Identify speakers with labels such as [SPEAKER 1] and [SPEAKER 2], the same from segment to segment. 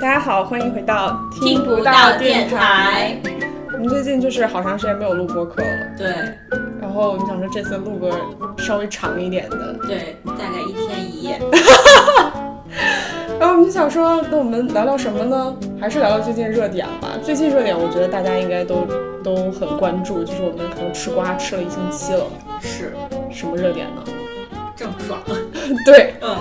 [SPEAKER 1] 大家好，欢迎回到
[SPEAKER 2] 听不到电台。
[SPEAKER 1] 我们最近就是好长时间没有录播客了，
[SPEAKER 2] 对
[SPEAKER 1] 然后我们想说这次录个稍微长一点的，
[SPEAKER 2] 对，大概一天一夜。
[SPEAKER 1] 然后我们就想说，那我们聊聊什么呢？还是聊聊最近热点吧。最近热点，我觉得大家应该都都很关注，就是我们可能吃瓜吃了一星期了。
[SPEAKER 2] 是，
[SPEAKER 1] 什么热点呢？
[SPEAKER 2] 郑爽。
[SPEAKER 1] 对，
[SPEAKER 2] 嗯，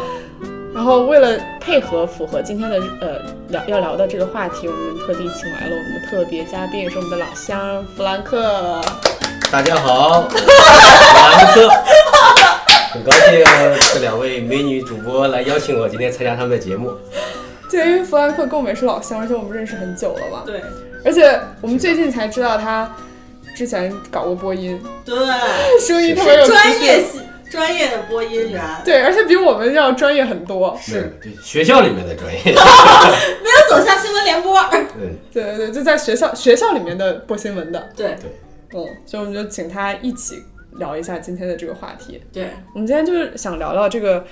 [SPEAKER 1] 然后为了配合符合今天的呃聊要聊的这个话题，我们特地请来了我们的特别嘉宾，也是我们的老乡弗兰克。
[SPEAKER 3] 大家好，我是兰科，很高兴这两位美女主播来邀请我今天参加他们的节目。
[SPEAKER 1] 对，因为弗兰克跟我们也是老乡，而且我们认识很久了嘛。
[SPEAKER 2] 对
[SPEAKER 1] 而且我们最近才知道他之前搞过播音，
[SPEAKER 2] 对，
[SPEAKER 1] 声音特别有磁
[SPEAKER 2] 专业
[SPEAKER 1] 性。
[SPEAKER 2] 系专业的播音员。
[SPEAKER 1] 对，而且比我们要专业很多。
[SPEAKER 3] 是，对学校里面的专业。
[SPEAKER 2] 没有走向新闻联播。
[SPEAKER 3] 嗯，
[SPEAKER 1] 对对对，就在学校学校里面的播新闻的。
[SPEAKER 2] 对
[SPEAKER 1] 嗯，所以我们就请他一起聊一下今天的这个话题。
[SPEAKER 2] 对，
[SPEAKER 1] 我们今天就是想聊聊这个，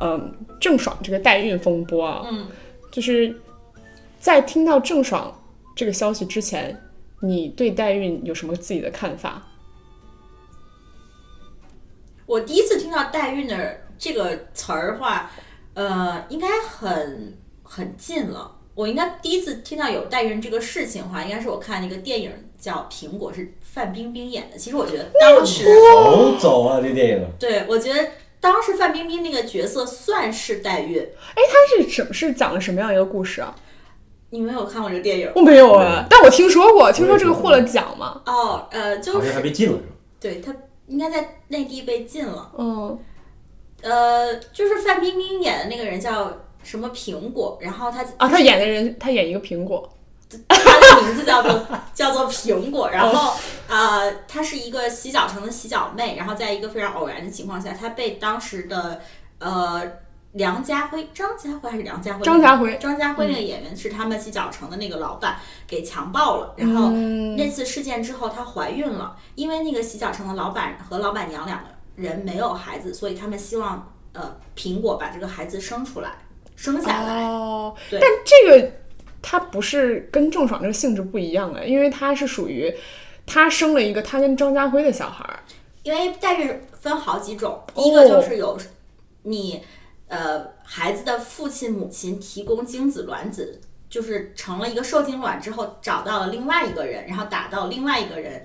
[SPEAKER 1] 嗯，郑爽这个代孕风波啊，
[SPEAKER 2] 嗯，
[SPEAKER 1] 就是在听到郑爽这个消息之前，你对代孕有什么自己的看法？
[SPEAKER 2] 我第一次听到代孕的这个词儿话，呃，应该很很近了。我应该第一次听到有代孕这个事情的话，应该是我看一个电影叫《苹果》，是范冰冰演的。其实我觉得当时
[SPEAKER 1] 哦
[SPEAKER 3] 好早啊，这电影。
[SPEAKER 2] 对，我觉得当时范冰冰那个角色算是代孕。
[SPEAKER 1] 哎，他是什是讲了什么样一个故事啊？
[SPEAKER 2] 你没有看过这个电影？
[SPEAKER 1] 我没有啊，但我听说过，听说这个获了奖嘛。
[SPEAKER 2] 哦，呃，就
[SPEAKER 3] 好像
[SPEAKER 2] 是
[SPEAKER 3] 还被禁了是吧？
[SPEAKER 2] 对她应该在内地被禁了。
[SPEAKER 1] 嗯，
[SPEAKER 2] 呃，就是范冰冰演的那个人叫什么苹果，然后她
[SPEAKER 1] 啊，他演的人，他演一个苹果，
[SPEAKER 2] 他的名字叫做叫做苹果，然后
[SPEAKER 1] 哦
[SPEAKER 2] 呃，她是一个洗脚城的洗脚妹，然后在一个非常偶然的情况下，她被当时的呃梁家辉、张家辉还是梁家辉？
[SPEAKER 1] 张家辉嗯
[SPEAKER 2] 张家辉那个演员是他们洗脚城的那个老板给强暴了，然后
[SPEAKER 1] 嗯
[SPEAKER 2] 那次事件之后她怀孕了，因为那个洗脚城的老板和老板娘两个人没有孩子，所以他们希望呃苹果把这个孩子生出来，生下来。
[SPEAKER 1] 哦，
[SPEAKER 2] 对
[SPEAKER 1] 但这个他不是跟郑爽这个性质不一样的，因为他是属于他生了一个他跟张家辉的小孩儿。
[SPEAKER 2] 因为代孕分好几种，
[SPEAKER 1] 哦
[SPEAKER 2] 第一个就是有你呃孩子的父亲母亲提供精子卵子，就是成了一个受精卵之后找到了另外一个人，然后打到另外一个人，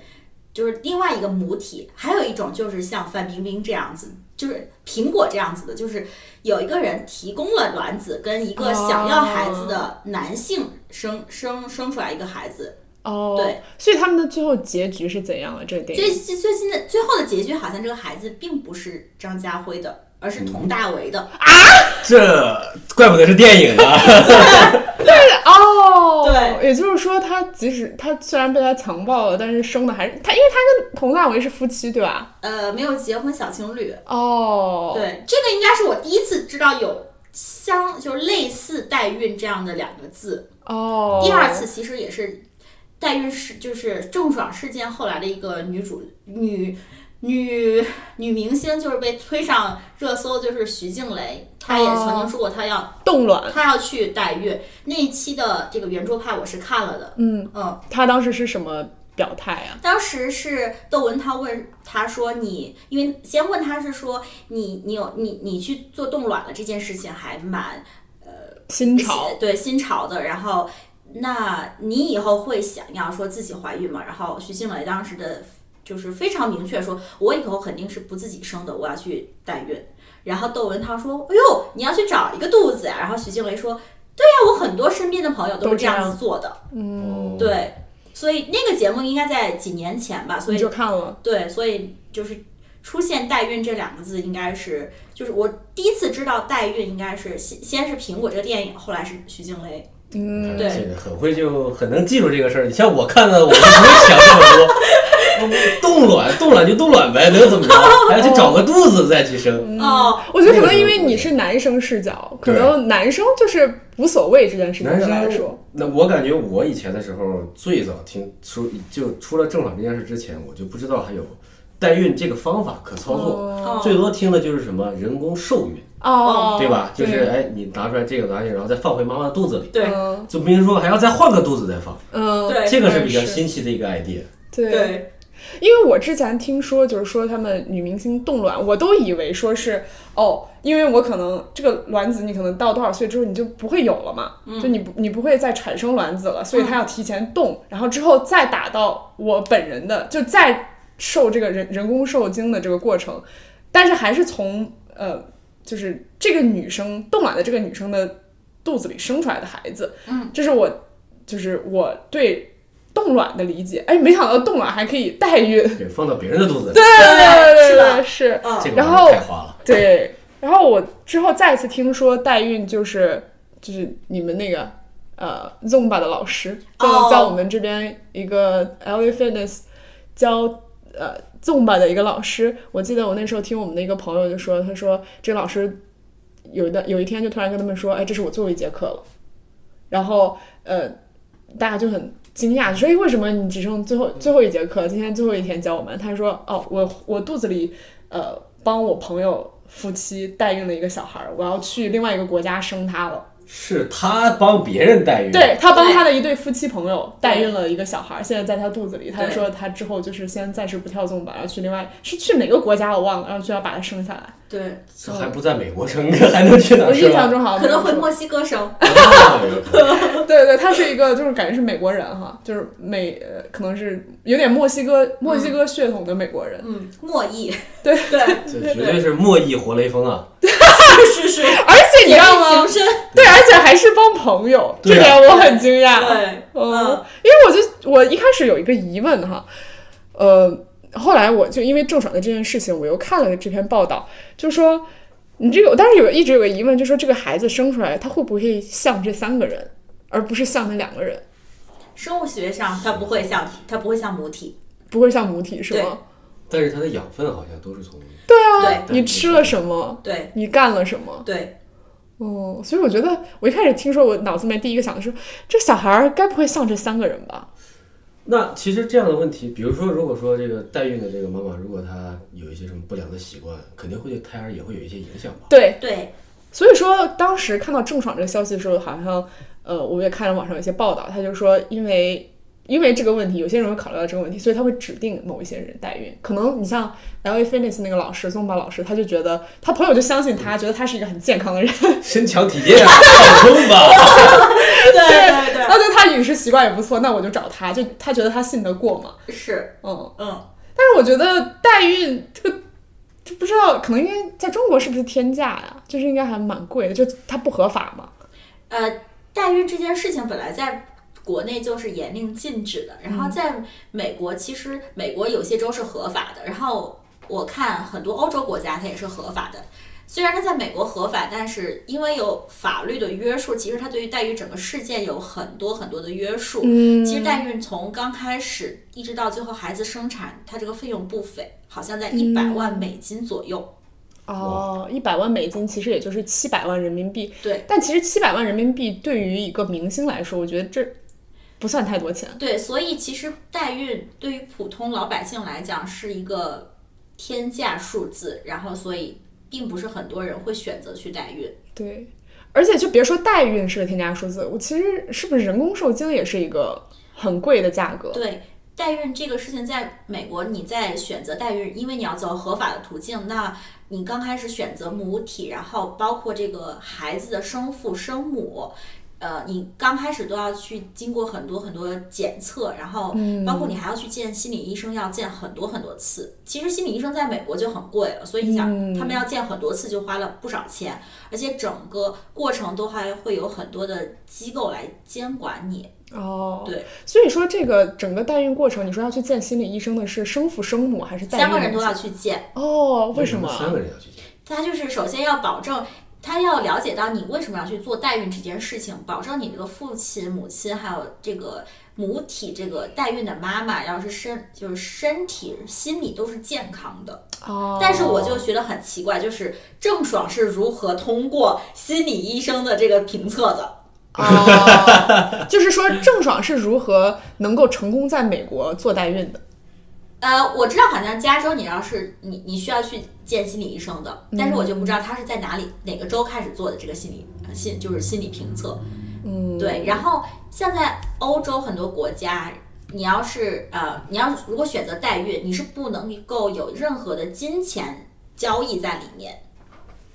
[SPEAKER 2] 就是另外一个母体。还有一种就是像范冰冰这样子，就是苹果这样子的，就是有一个人提供了卵子跟一个想要孩子的男性生生生出来一个孩子，
[SPEAKER 1] 哦，
[SPEAKER 2] 对，
[SPEAKER 1] 所以他们的最后结局是怎样的？啊这个电
[SPEAKER 2] 最
[SPEAKER 1] 影
[SPEAKER 2] 最最新的最后的结局好像这个孩子并不是张家辉的，而是佟大为的。
[SPEAKER 3] 这怪不得是电影啊！
[SPEAKER 1] 哦，
[SPEAKER 2] 对，
[SPEAKER 1] 也就是说，他即使他虽然被他强暴了，但是生的还是他，因为他跟佟大为是夫妻，对吧？
[SPEAKER 2] 呃，没有结婚小情侣。
[SPEAKER 1] 哦，，
[SPEAKER 2] 对，这个应该是我第一次知道有相就是类似代孕这样的两个字。
[SPEAKER 1] 哦，
[SPEAKER 2] 第二次其实也是代孕事，就是郑爽事件后来的一个女主女。女女明星就是被推上热搜，就是徐静蕾，她也曾
[SPEAKER 1] 哦
[SPEAKER 2] 经说过她要
[SPEAKER 1] 冻卵，
[SPEAKER 2] 她要去代孕。那一期的这个圆桌派我是看了的，
[SPEAKER 1] 嗯，
[SPEAKER 2] 嗯，
[SPEAKER 1] 他当时是什么表态啊？
[SPEAKER 2] 当时是窦文涛问他说你：“因为先问他是说你你有你你去做冻卵了这件事情还蛮
[SPEAKER 1] 新潮，
[SPEAKER 2] 对新潮的，然后那你以后会想要说自己怀孕吗？”然后徐静蕾当时的就是非常明确说：“我以后肯定是不自己生的，我要去代孕。”然后窦文涛说：“哎呦，你要去找一个肚子呀、然后徐静蕾说：“对呀、我很多身边的朋友都
[SPEAKER 1] 都
[SPEAKER 2] 是
[SPEAKER 1] 这
[SPEAKER 2] 这
[SPEAKER 1] 样
[SPEAKER 2] 样子做的。
[SPEAKER 3] 嗯，”
[SPEAKER 2] 对，所以那个节目应该在几年前吧，所
[SPEAKER 1] 你
[SPEAKER 2] 以
[SPEAKER 1] 就看了。
[SPEAKER 2] 对，所以就是出现“代孕”这两个字，应该是就是我第一次知道代孕，应该是先先是苹果这个电影，后来是徐静蕾。
[SPEAKER 1] 嗯，
[SPEAKER 2] 对
[SPEAKER 3] 这个很会就很能记住这个事儿。你像我看的，我就不会想这么多。冻卵，冻卵就冻卵呗，能怎么着？还要去找个肚子再去
[SPEAKER 1] 嗯
[SPEAKER 3] 生。
[SPEAKER 2] 哦，
[SPEAKER 1] 我觉得可能因为你是男生视角，可能男生就是无所谓这件事情
[SPEAKER 3] 男
[SPEAKER 1] 对他来
[SPEAKER 3] 生
[SPEAKER 1] 说，，
[SPEAKER 3] 那我感觉我以前的时候，最早听出就出了正卵这件事之前，我就不知道还有代孕这个方法可操作，
[SPEAKER 1] 哦
[SPEAKER 3] 最多听的就是什么人工受孕，
[SPEAKER 1] 哦，
[SPEAKER 3] 对吧？就是
[SPEAKER 1] 对
[SPEAKER 3] 哎，你拿出来这个拿去，然后再放回妈妈的肚子里，
[SPEAKER 2] 对
[SPEAKER 1] 嗯
[SPEAKER 3] 就比如说还要再换个肚子再放，
[SPEAKER 1] 嗯，
[SPEAKER 2] 对
[SPEAKER 3] 这个是比较
[SPEAKER 1] 是
[SPEAKER 3] 新奇的一个 idea。
[SPEAKER 1] 对，因为我之前听说，就是说他们女明星冻卵，我都以为说是哦，因为我可能这个卵子你可能到多少岁之后你就不会有了嘛，就你不你不会再产生卵子了，所以他要提前冻，然后之后再打到我本人的，就再受这个人人工受精的这个过程，但是还是从呃，就是这个女生冻卵的这个女生的肚子里生出来的孩子，嗯，这是我就是我对。冻卵的理解，哎，没想到冻卵还可以代孕，
[SPEAKER 3] 对，放到别人的肚子里，
[SPEAKER 2] 对
[SPEAKER 1] 是
[SPEAKER 2] 是
[SPEAKER 1] 吧？
[SPEAKER 2] 吧
[SPEAKER 1] 是，
[SPEAKER 2] 嗯
[SPEAKER 3] 这个
[SPEAKER 1] 然
[SPEAKER 3] 玩意儿
[SPEAKER 1] 后
[SPEAKER 3] 太花了。
[SPEAKER 1] 对。然后我之后再次听说代孕就是就是你们那个呃 Zumba 的老师，在、
[SPEAKER 2] 哦
[SPEAKER 1] 在我们这边一个 LA Fitness 教呃 Zumba 的一个老师，我记得我那时候听我们的一个朋友就说，他说这个老师有的有一天就突然跟他们说，哎，这是我最后一节课了，然后呃大家就很惊讶，说：“哎，为什么你只剩最后最后一节课？今天最后一天教我们？”他说：“哦，我我肚子里呃帮我朋友夫妻代孕了一个小孩儿，我要去另外一个国家生他了。
[SPEAKER 3] 是他帮别人代孕，
[SPEAKER 1] 对他帮
[SPEAKER 2] 对
[SPEAKER 1] 他的一对夫妻朋友代孕了一个小孩儿，现在在他肚子里。他说他之后就是先暂时不跳纵吧，然后去另外是去哪个国家我忘了，然后就要把他生下来。
[SPEAKER 2] 对，
[SPEAKER 3] 这还不在美国生，这还能去哪
[SPEAKER 1] 我
[SPEAKER 3] 儿生
[SPEAKER 1] 印
[SPEAKER 3] 啊
[SPEAKER 1] 象？中好像
[SPEAKER 2] 可能
[SPEAKER 1] 没
[SPEAKER 2] 回
[SPEAKER 1] 有说
[SPEAKER 2] 墨西哥生，
[SPEAKER 3] 啊有可能
[SPEAKER 1] 对对，他是一个就是感觉是美国人哈，就是美呃可能是有点墨西哥墨西哥血统的美国人。
[SPEAKER 2] 嗯，莫裔，
[SPEAKER 1] 对
[SPEAKER 2] 对，
[SPEAKER 3] 这绝对是莫忆活雷锋啊！
[SPEAKER 2] 是是，
[SPEAKER 1] 而且 你知道
[SPEAKER 2] 情
[SPEAKER 1] 吗？
[SPEAKER 2] 深，
[SPEAKER 1] 对，而且还是帮朋友，这
[SPEAKER 3] 对啊
[SPEAKER 1] 点我很惊讶。
[SPEAKER 2] 对，
[SPEAKER 1] 嗯，因为我就我一开始有一个疑问哈，呃，后来我就因为郑爽的这件事情，我又看了这篇报道，就说嗯你这个，我当时有一直有个疑问，就说这个孩子生出来，他会不会像这三个人，而不是像那两个人，
[SPEAKER 2] 生物学上它不会像它不会像母体，
[SPEAKER 1] 不会像母体是
[SPEAKER 2] 对
[SPEAKER 1] 吗？
[SPEAKER 3] 但是他的养分好像都是从
[SPEAKER 2] 对
[SPEAKER 1] 你吃了什么？
[SPEAKER 2] 对
[SPEAKER 1] 你干了什么？
[SPEAKER 2] 对，
[SPEAKER 1] 哦、所以我觉得我一开始听说，我脑子里面第一个想的是，这小孩儿该不会像这三个人吧？
[SPEAKER 3] 那其实这样的问题，比如说，如果说这个代孕的这个妈妈，如果她有一些什么不良的习惯，肯定会对胎儿也会有一些影响吧？
[SPEAKER 1] 对，
[SPEAKER 2] 对，
[SPEAKER 1] 所以说当时看到郑爽这个消息的时候，好像呃，我也看了网上有些报道，他就说因为。因为这个问题，有些人会考虑到这个问题，所以他会指定某一些人代孕。可能你像呃 L A Fitness 那个老师宗宝老师，他就觉得他朋友就相信他，觉得他是一个很健康的人，
[SPEAKER 3] 身强体健，啊放松吧。
[SPEAKER 2] 对对
[SPEAKER 1] 那对他饮食习惯也不错，那我就找他，就他觉得他信得过嘛。
[SPEAKER 2] 对，是，
[SPEAKER 1] 嗯，
[SPEAKER 2] 嗯，
[SPEAKER 1] 但是我觉得代孕这个，就不知道可能应该在中国是不是天价呀、就是应该还蛮贵的，就它不合法嘛。
[SPEAKER 2] 呃，代孕这件事情本来在。国内就是严令禁止的，然后在美国，其实美国有些州是合法的，然后我看很多欧洲国家它也是合法的。虽然它在美国合法，但是因为有法律的约束，其实它对于代孕整个事件有很多很多的约束。
[SPEAKER 1] 嗯
[SPEAKER 2] 其实代孕从刚开始一直到最后孩子生产，它这个费用不菲，好像在一百万美金左右。
[SPEAKER 1] 哦，一百万美金其实也就是七百万人民币，
[SPEAKER 2] 对
[SPEAKER 1] 但其实七百万人民币对于一个明星来说，我觉得这不算太多钱。
[SPEAKER 2] 对，所以其实代孕对于普通老百姓来讲是一个天价数字，然后所以并不是很多人会选择去代孕。
[SPEAKER 1] 对，而且就别说代孕是个添加数字，我其实是不是人工受精也是一个很贵的价格？
[SPEAKER 2] 对。代孕这个事情，在美国，你在选择代孕，因为你要走合法的途径，那你刚开始选择母体，然后包括这个孩子的生父、生母，呃，你刚开始都要去经过很多很多检测，然后包括你还要去见心理医生，要见很多很多次。其实心理医生在美国就很贵了，所以你想他们要见很多次就花了不少钱，而且整个过程都还会有很多的机构来监管你。
[SPEAKER 1] 哦，
[SPEAKER 2] 对，
[SPEAKER 1] 所以说这个整个代孕过程，你说要去见心理医生的是生父生母还是代孕？
[SPEAKER 2] 三个人都要去见。
[SPEAKER 1] 哦，为什么？
[SPEAKER 3] 三个人要去见？
[SPEAKER 2] 它就是首先要保证他要了解到你为什么要去做代孕这件事情，保证你这个父亲、母亲还有这个母体这个代孕的妈妈，要是身就是身体、心理都是健康的。
[SPEAKER 1] 哦
[SPEAKER 2] 但是我就觉得很奇怪，就是郑爽是如何通过心理医生的这个评测的？
[SPEAKER 1] 哦， 就是说郑爽是如何能够成功在美国做代孕的？
[SPEAKER 2] 呃，我知道好像加州你要是你你需要去见心理医生的，但是我就不知道他是在哪里哪个州开始做的这个心理呃心就是心理评测。
[SPEAKER 1] 嗯，
[SPEAKER 2] 对，然后现在欧洲很多国家，你要是呃，你要是如果选择代孕，你是不能够有任何的金钱交易在里面，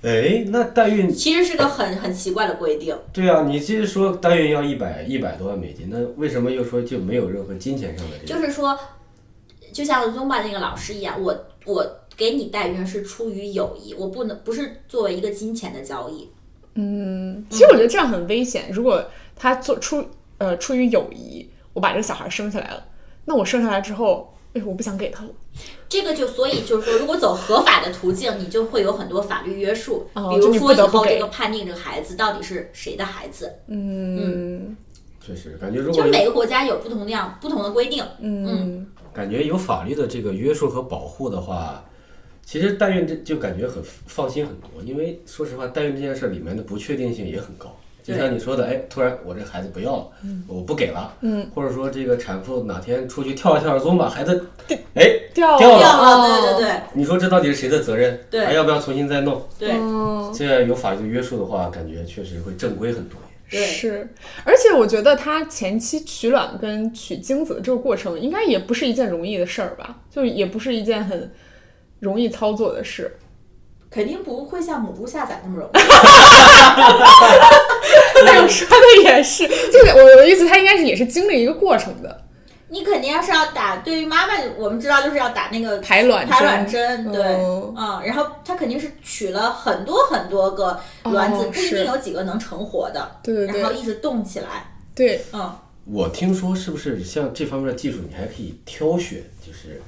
[SPEAKER 3] 哎，那代孕
[SPEAKER 2] 其实是个很很奇怪的规定。
[SPEAKER 3] 对啊，你其实说代孕要一百一百多万美金，那为什么又说就没有任何金钱上的这个？
[SPEAKER 2] 就是说，就像 Zumba 那个老师一样，我我给你代孕是出于友谊，我不能不是作为一个金钱的交易。
[SPEAKER 1] 其实我觉得这样很危险。如果他做出呃出于友谊，我把这个小孩生下来了，那我生下来之后，哎，我不想给他了。
[SPEAKER 2] 这个就所以就是说，如果走合法的途径，你就会有很多法律约束，
[SPEAKER 1] 哦
[SPEAKER 2] 比如
[SPEAKER 1] 就是
[SPEAKER 2] 说
[SPEAKER 1] 不
[SPEAKER 2] 以
[SPEAKER 1] 得不
[SPEAKER 2] 后这
[SPEAKER 1] 给
[SPEAKER 2] 个判定这个孩子到底是谁的孩子。
[SPEAKER 1] 嗯
[SPEAKER 3] 确实，感觉如
[SPEAKER 2] 就
[SPEAKER 3] 果
[SPEAKER 2] 是
[SPEAKER 3] 有
[SPEAKER 2] 每个国家有不同的样不同的规定，
[SPEAKER 1] 嗯
[SPEAKER 3] 感觉有法律的这个约束和保护的话，其实代孕这就感觉很放心很多，因为说实话，代孕这件事里面的不确定性也很高。就像你说的，哎，突然我这孩子不要了，我不给了，
[SPEAKER 1] 嗯，
[SPEAKER 3] 或者说这个产妇哪天出去跳着跳着钟把孩子，哎，
[SPEAKER 1] 掉
[SPEAKER 3] 掉
[SPEAKER 2] 掉
[SPEAKER 1] 了，
[SPEAKER 2] 了，对哦对
[SPEAKER 3] 你说这到底是谁的责任？
[SPEAKER 2] 对
[SPEAKER 3] 还要不要重新再弄？
[SPEAKER 2] 对对
[SPEAKER 1] 嗯。
[SPEAKER 3] 这样有法律的约束的话，感觉确实会正规很多。
[SPEAKER 2] 对，
[SPEAKER 1] 是，而且我觉得他前期取卵跟取精子的这个过程，应该也不是一件容易的事儿吧？就也不是一件很容易操作的事。
[SPEAKER 2] 肯定不会像母猪下崽那 么容易。
[SPEAKER 1] 但我说嗯的也是，就是我我的意思，他应该是也是经历一个过程的。
[SPEAKER 2] 你肯定要是要打，对于妈妈，我们知道就是要打那个
[SPEAKER 1] 排卵针
[SPEAKER 2] 排卵针，对，
[SPEAKER 1] 嗯
[SPEAKER 2] 嗯，然后她肯定是取了很多很多个卵子，
[SPEAKER 1] 哦
[SPEAKER 2] 不一定
[SPEAKER 1] 是
[SPEAKER 2] 有几个能成活的，
[SPEAKER 1] 对对对
[SPEAKER 2] 然后一直冻起来，
[SPEAKER 1] 对，
[SPEAKER 2] 嗯，
[SPEAKER 3] 我听说是不是像这方面的技术，你还可以挑选，就是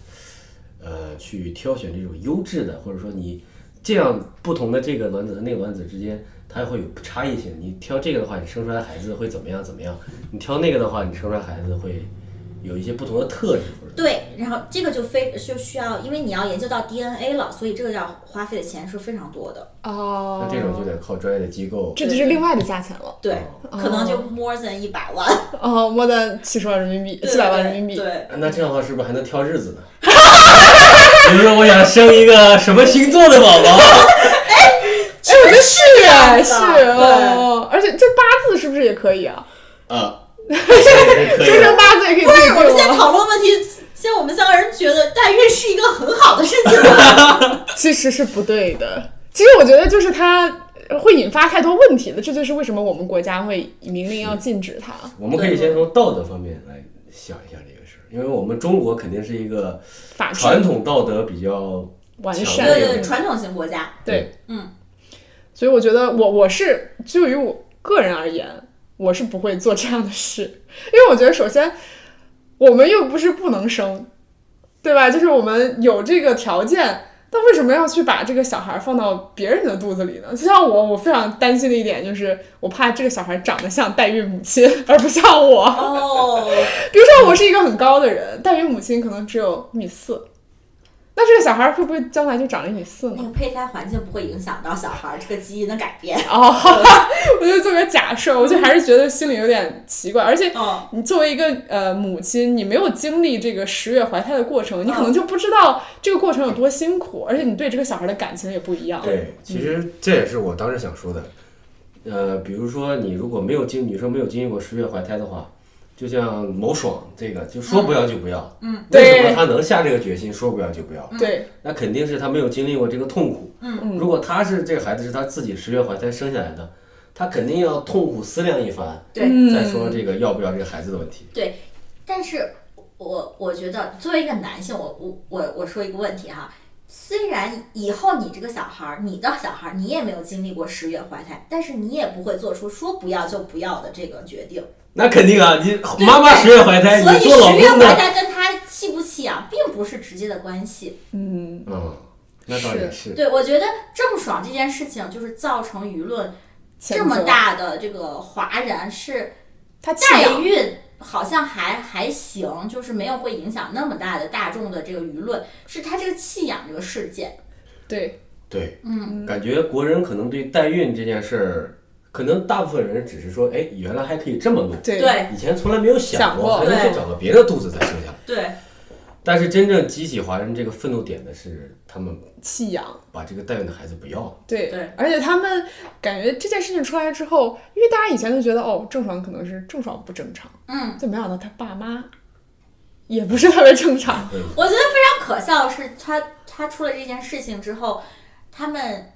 [SPEAKER 3] 呃，去挑选这种优质的，或者说你这样不同的这个卵子和那个卵子之间，它会有差异性。你挑这个的话，你生出来孩子会怎么样怎么样？你挑那个的话，你生出来孩子会有一些不同的特质，或者
[SPEAKER 2] 对，然后这个就非就需要，因为你要研究到 DNA 了，所以这个要花费的钱是非常多的，
[SPEAKER 1] 哦
[SPEAKER 3] 那这种就得靠专业的机构。
[SPEAKER 1] 这就是另外的价钱了。
[SPEAKER 2] 对，可能就 more than 一百万，
[SPEAKER 1] 哦，我的七十万人民币，七百万人民币。
[SPEAKER 2] 对对。对
[SPEAKER 3] 那这样的话，是不是还能挑日子呢？ 比如说，我想生一个什么星座 的宝 宝。
[SPEAKER 1] 哎，我觉得是哎，是
[SPEAKER 2] 这样子的
[SPEAKER 1] 哦，而且这八字是不是也可以啊？
[SPEAKER 3] 啊，这可以啊
[SPEAKER 1] 生成八字也可以
[SPEAKER 2] 不是，我们
[SPEAKER 1] 自己啊
[SPEAKER 2] 现在
[SPEAKER 1] 定了。
[SPEAKER 2] 讨论问题，像我们三个人觉得代孕是一个很好的事 情吗？
[SPEAKER 1] 其实是不对的。其实我觉得就是它会引发太多问题的，这就是为什么我们国家会明令要禁止它。
[SPEAKER 3] 我们可以先从道德方面来想一下这个事儿，因为我们中国肯定是一个
[SPEAKER 1] 法制
[SPEAKER 3] 传统道德比较
[SPEAKER 1] 完
[SPEAKER 3] 对
[SPEAKER 1] 善，
[SPEAKER 2] 对
[SPEAKER 3] 对
[SPEAKER 2] 对，传统型国 家，
[SPEAKER 1] 对，
[SPEAKER 2] 嗯，
[SPEAKER 1] 所以我觉得我我是就于我个人而言，我是不会做这样的事，因为我觉得首先我们又不是不能生，对吧？就是我们有这个条件，但为什么要去把这个小孩放到别人的肚子里呢？就像我，我非常担心的一点就是，我怕这个小孩长得像代孕母亲，而不像我。
[SPEAKER 2] 哦，
[SPEAKER 1] 比如说，我是一个很高的人，代孕母亲可能只有一米四，那这个小孩会不会将来就长一米四呢
[SPEAKER 2] 那？个胚胎环境不会影响到小孩儿这个基因的改变。
[SPEAKER 1] 哦，我就做个假设，我就还是觉得心里有点奇怪，而且
[SPEAKER 2] 哦，
[SPEAKER 1] 你作为一个呃母亲，你没有经历这个十月怀胎的过程，你可能就不知道这个过程有多辛苦，而且你对这个小孩的感情也不一样。
[SPEAKER 3] 对，其实这也是我当时想说的。呃，比如说你如果没有经女生没有经历过十月怀胎的话，就像某爽这个，就说不要就不要，嗯，为什么
[SPEAKER 1] 对
[SPEAKER 3] 她能下这个决心说不要就不
[SPEAKER 2] 嗯
[SPEAKER 3] 要？
[SPEAKER 1] 对，
[SPEAKER 3] 那肯定是她没有经历过这个痛苦，嗯，如果她是这个孩子是她自己十月怀胎生下来的，她肯定要痛苦思量一番，
[SPEAKER 2] 对
[SPEAKER 3] 再说这个要不要这个孩子的问题。
[SPEAKER 2] 对，但是我我觉得作为一个男性，我我我我说一个问题哈。虽然以后你这个小孩儿，你的小孩儿，你也没有经历过十月怀胎，但是你也不会做出说不要就不要的这个决定。
[SPEAKER 3] 那肯定啊，你妈妈十月怀胎，
[SPEAKER 2] 所以
[SPEAKER 3] 你做老
[SPEAKER 2] 十月怀
[SPEAKER 3] 公的，
[SPEAKER 2] 啊胎跟他气不气养并不是直接的关系。
[SPEAKER 1] 嗯，
[SPEAKER 3] 嗯，那倒也
[SPEAKER 2] 对
[SPEAKER 3] 是，
[SPEAKER 2] 我觉得郑爽这件事情就是造成舆论
[SPEAKER 1] 谴
[SPEAKER 2] 这么
[SPEAKER 1] 责
[SPEAKER 2] 大的这个哗然，是
[SPEAKER 1] 他弃
[SPEAKER 2] 代
[SPEAKER 1] 养，
[SPEAKER 2] 孕好像还还行，就是没有会影响那么大的大众的这个舆论，是他这个弃养这个事件。
[SPEAKER 1] 对，
[SPEAKER 3] 对，
[SPEAKER 2] 嗯，
[SPEAKER 3] 感觉国人可能对代孕这件事儿，可能大部分人只是说，哎，原来还可以这么弄，
[SPEAKER 1] 对
[SPEAKER 2] 对
[SPEAKER 3] 以前从来没有想过
[SPEAKER 1] 想
[SPEAKER 3] 还
[SPEAKER 2] 过
[SPEAKER 3] 能
[SPEAKER 2] 对
[SPEAKER 3] 去找个别的肚子再生下来。
[SPEAKER 2] 对
[SPEAKER 3] 但是真正激起华人这个愤怒点的是，他们
[SPEAKER 1] 弃养，
[SPEAKER 3] 把这个代孕的孩子不要了。
[SPEAKER 1] 对
[SPEAKER 2] 对
[SPEAKER 1] 而且他们感觉这件事情出来之后，因为大家以前就觉得哦，郑爽可能是郑爽不正常，
[SPEAKER 2] 嗯，
[SPEAKER 1] 就没想到他爸妈也不是特别正常，
[SPEAKER 2] 我觉得非常可笑的是他，他出了这件事情之后，他们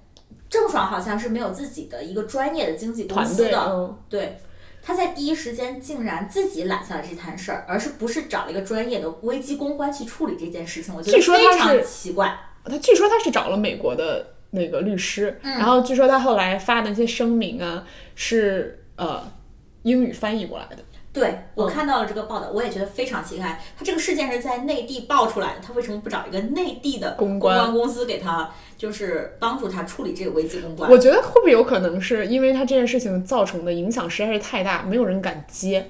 [SPEAKER 2] 郑爽好像是没有自己的一个专业的经纪公
[SPEAKER 1] 团
[SPEAKER 2] 司
[SPEAKER 1] 队，
[SPEAKER 2] 的，
[SPEAKER 1] 嗯，
[SPEAKER 2] 对。他在第一时间竟然自己揽下了这摊事儿，而是不是找了一个专业的危机公关去处理这件事情？我觉得
[SPEAKER 1] 据说他
[SPEAKER 2] 非
[SPEAKER 1] 是
[SPEAKER 2] 常奇怪。
[SPEAKER 1] 他据说他是找了美国的那个律师，
[SPEAKER 2] 嗯
[SPEAKER 1] 然后据说他后来发的那些声明啊，是呃英语翻译过来的。
[SPEAKER 2] 对
[SPEAKER 1] 嗯
[SPEAKER 2] 我看到了这个报道，我也觉得非常奇怪。他这个事件是在内地爆出来的，他为什么不找一个内地的
[SPEAKER 1] 公
[SPEAKER 2] 关
[SPEAKER 1] 关
[SPEAKER 2] 公司给他，就是帮助他处理这个危机公关？
[SPEAKER 1] 我觉得会不会有可能是因为他这件事情造成的影响实在是太大，没有人敢接。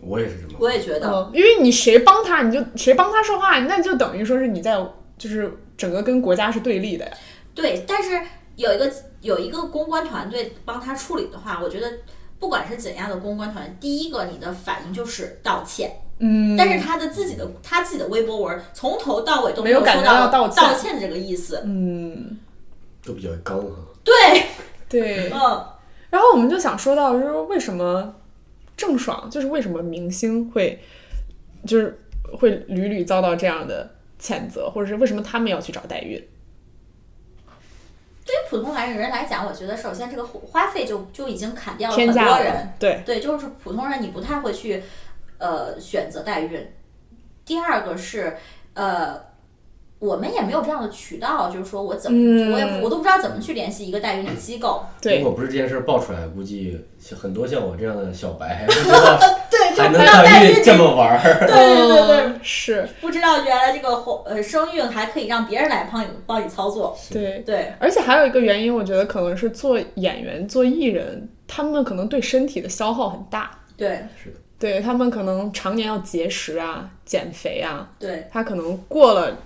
[SPEAKER 3] 我也是这么，
[SPEAKER 2] 我也觉得，
[SPEAKER 1] 嗯，因为你谁帮他，你就谁帮他说话，那就等于说是你在就是整个跟国家是对立的呀。
[SPEAKER 2] 对，但是有一个有一个公关团队帮他处理的话，我觉得不管是怎样的公关团队，第一个你的反应就是道歉，
[SPEAKER 1] 嗯
[SPEAKER 2] 但是他的自己的他自己的微博文从头到尾都
[SPEAKER 1] 没有感
[SPEAKER 2] 说
[SPEAKER 1] 觉到
[SPEAKER 2] 道
[SPEAKER 1] 道歉
[SPEAKER 2] 的这个意思。
[SPEAKER 1] 嗯，
[SPEAKER 3] 都比较刚哈、
[SPEAKER 2] 对，
[SPEAKER 1] 对。
[SPEAKER 2] 嗯，
[SPEAKER 1] 然后我们就想说到，就是为什么郑爽，就是为什么明星会，就是会屡屡遭到这样的谴责，或者是为什么他们要去找代孕？
[SPEAKER 2] 对于普通男人来讲，我觉得首先这个花费就就已经砍掉了
[SPEAKER 1] 天
[SPEAKER 2] 很
[SPEAKER 1] 价
[SPEAKER 2] 多
[SPEAKER 1] 了
[SPEAKER 2] 人，
[SPEAKER 1] 对，
[SPEAKER 2] 对，就是普通人你不太会去呃选择代孕。第二个是呃，我们也没有这样的渠道，就是说我怎么、
[SPEAKER 1] 嗯
[SPEAKER 2] 我也不我都不知道怎么去联系一个代孕的机构。
[SPEAKER 3] 如
[SPEAKER 1] 对，
[SPEAKER 3] 果不是这件事儿爆出来，估计像很多像我这样的小白还不知道
[SPEAKER 2] 对
[SPEAKER 3] 还能代孕这么玩儿。
[SPEAKER 2] 对对对对，
[SPEAKER 1] 嗯，是
[SPEAKER 2] 不知道原来这个怀呃生孕还可以让别人来帮你帮你操作。
[SPEAKER 1] 对。
[SPEAKER 2] 对，
[SPEAKER 1] 而且还有一个原因，我觉得可能是做演员、做艺人，他们可能对身体的消耗很大，
[SPEAKER 2] 对，
[SPEAKER 1] 对他们可能常年要节食啊、减肥啊，
[SPEAKER 2] 对，
[SPEAKER 1] 他可能过了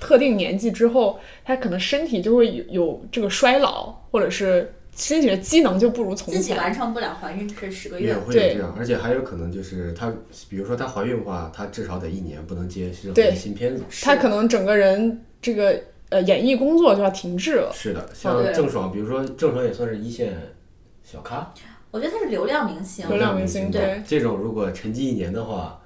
[SPEAKER 1] 特定年纪之后，他可能身体就会有有这个衰老，或者是身体的机能就不如从
[SPEAKER 2] 自己
[SPEAKER 1] 前。
[SPEAKER 2] 完成不了怀孕这十个
[SPEAKER 3] 也
[SPEAKER 2] 月。
[SPEAKER 3] 会有
[SPEAKER 1] 对
[SPEAKER 3] 这样，而且还有可能就是她，比如说她怀孕的话，她至少得一年不能接任何
[SPEAKER 1] 对
[SPEAKER 3] 的新片子。
[SPEAKER 1] 他
[SPEAKER 2] 是
[SPEAKER 1] 可能整个人这个呃演艺工作就要停滞了。
[SPEAKER 3] 是的，像
[SPEAKER 2] 对
[SPEAKER 3] 郑爽，比如说郑爽也算是一线小咖，
[SPEAKER 2] 我觉得他是流量明星
[SPEAKER 1] 流，量明星
[SPEAKER 3] 流
[SPEAKER 1] 对
[SPEAKER 3] 这种如果沉寂一年的话，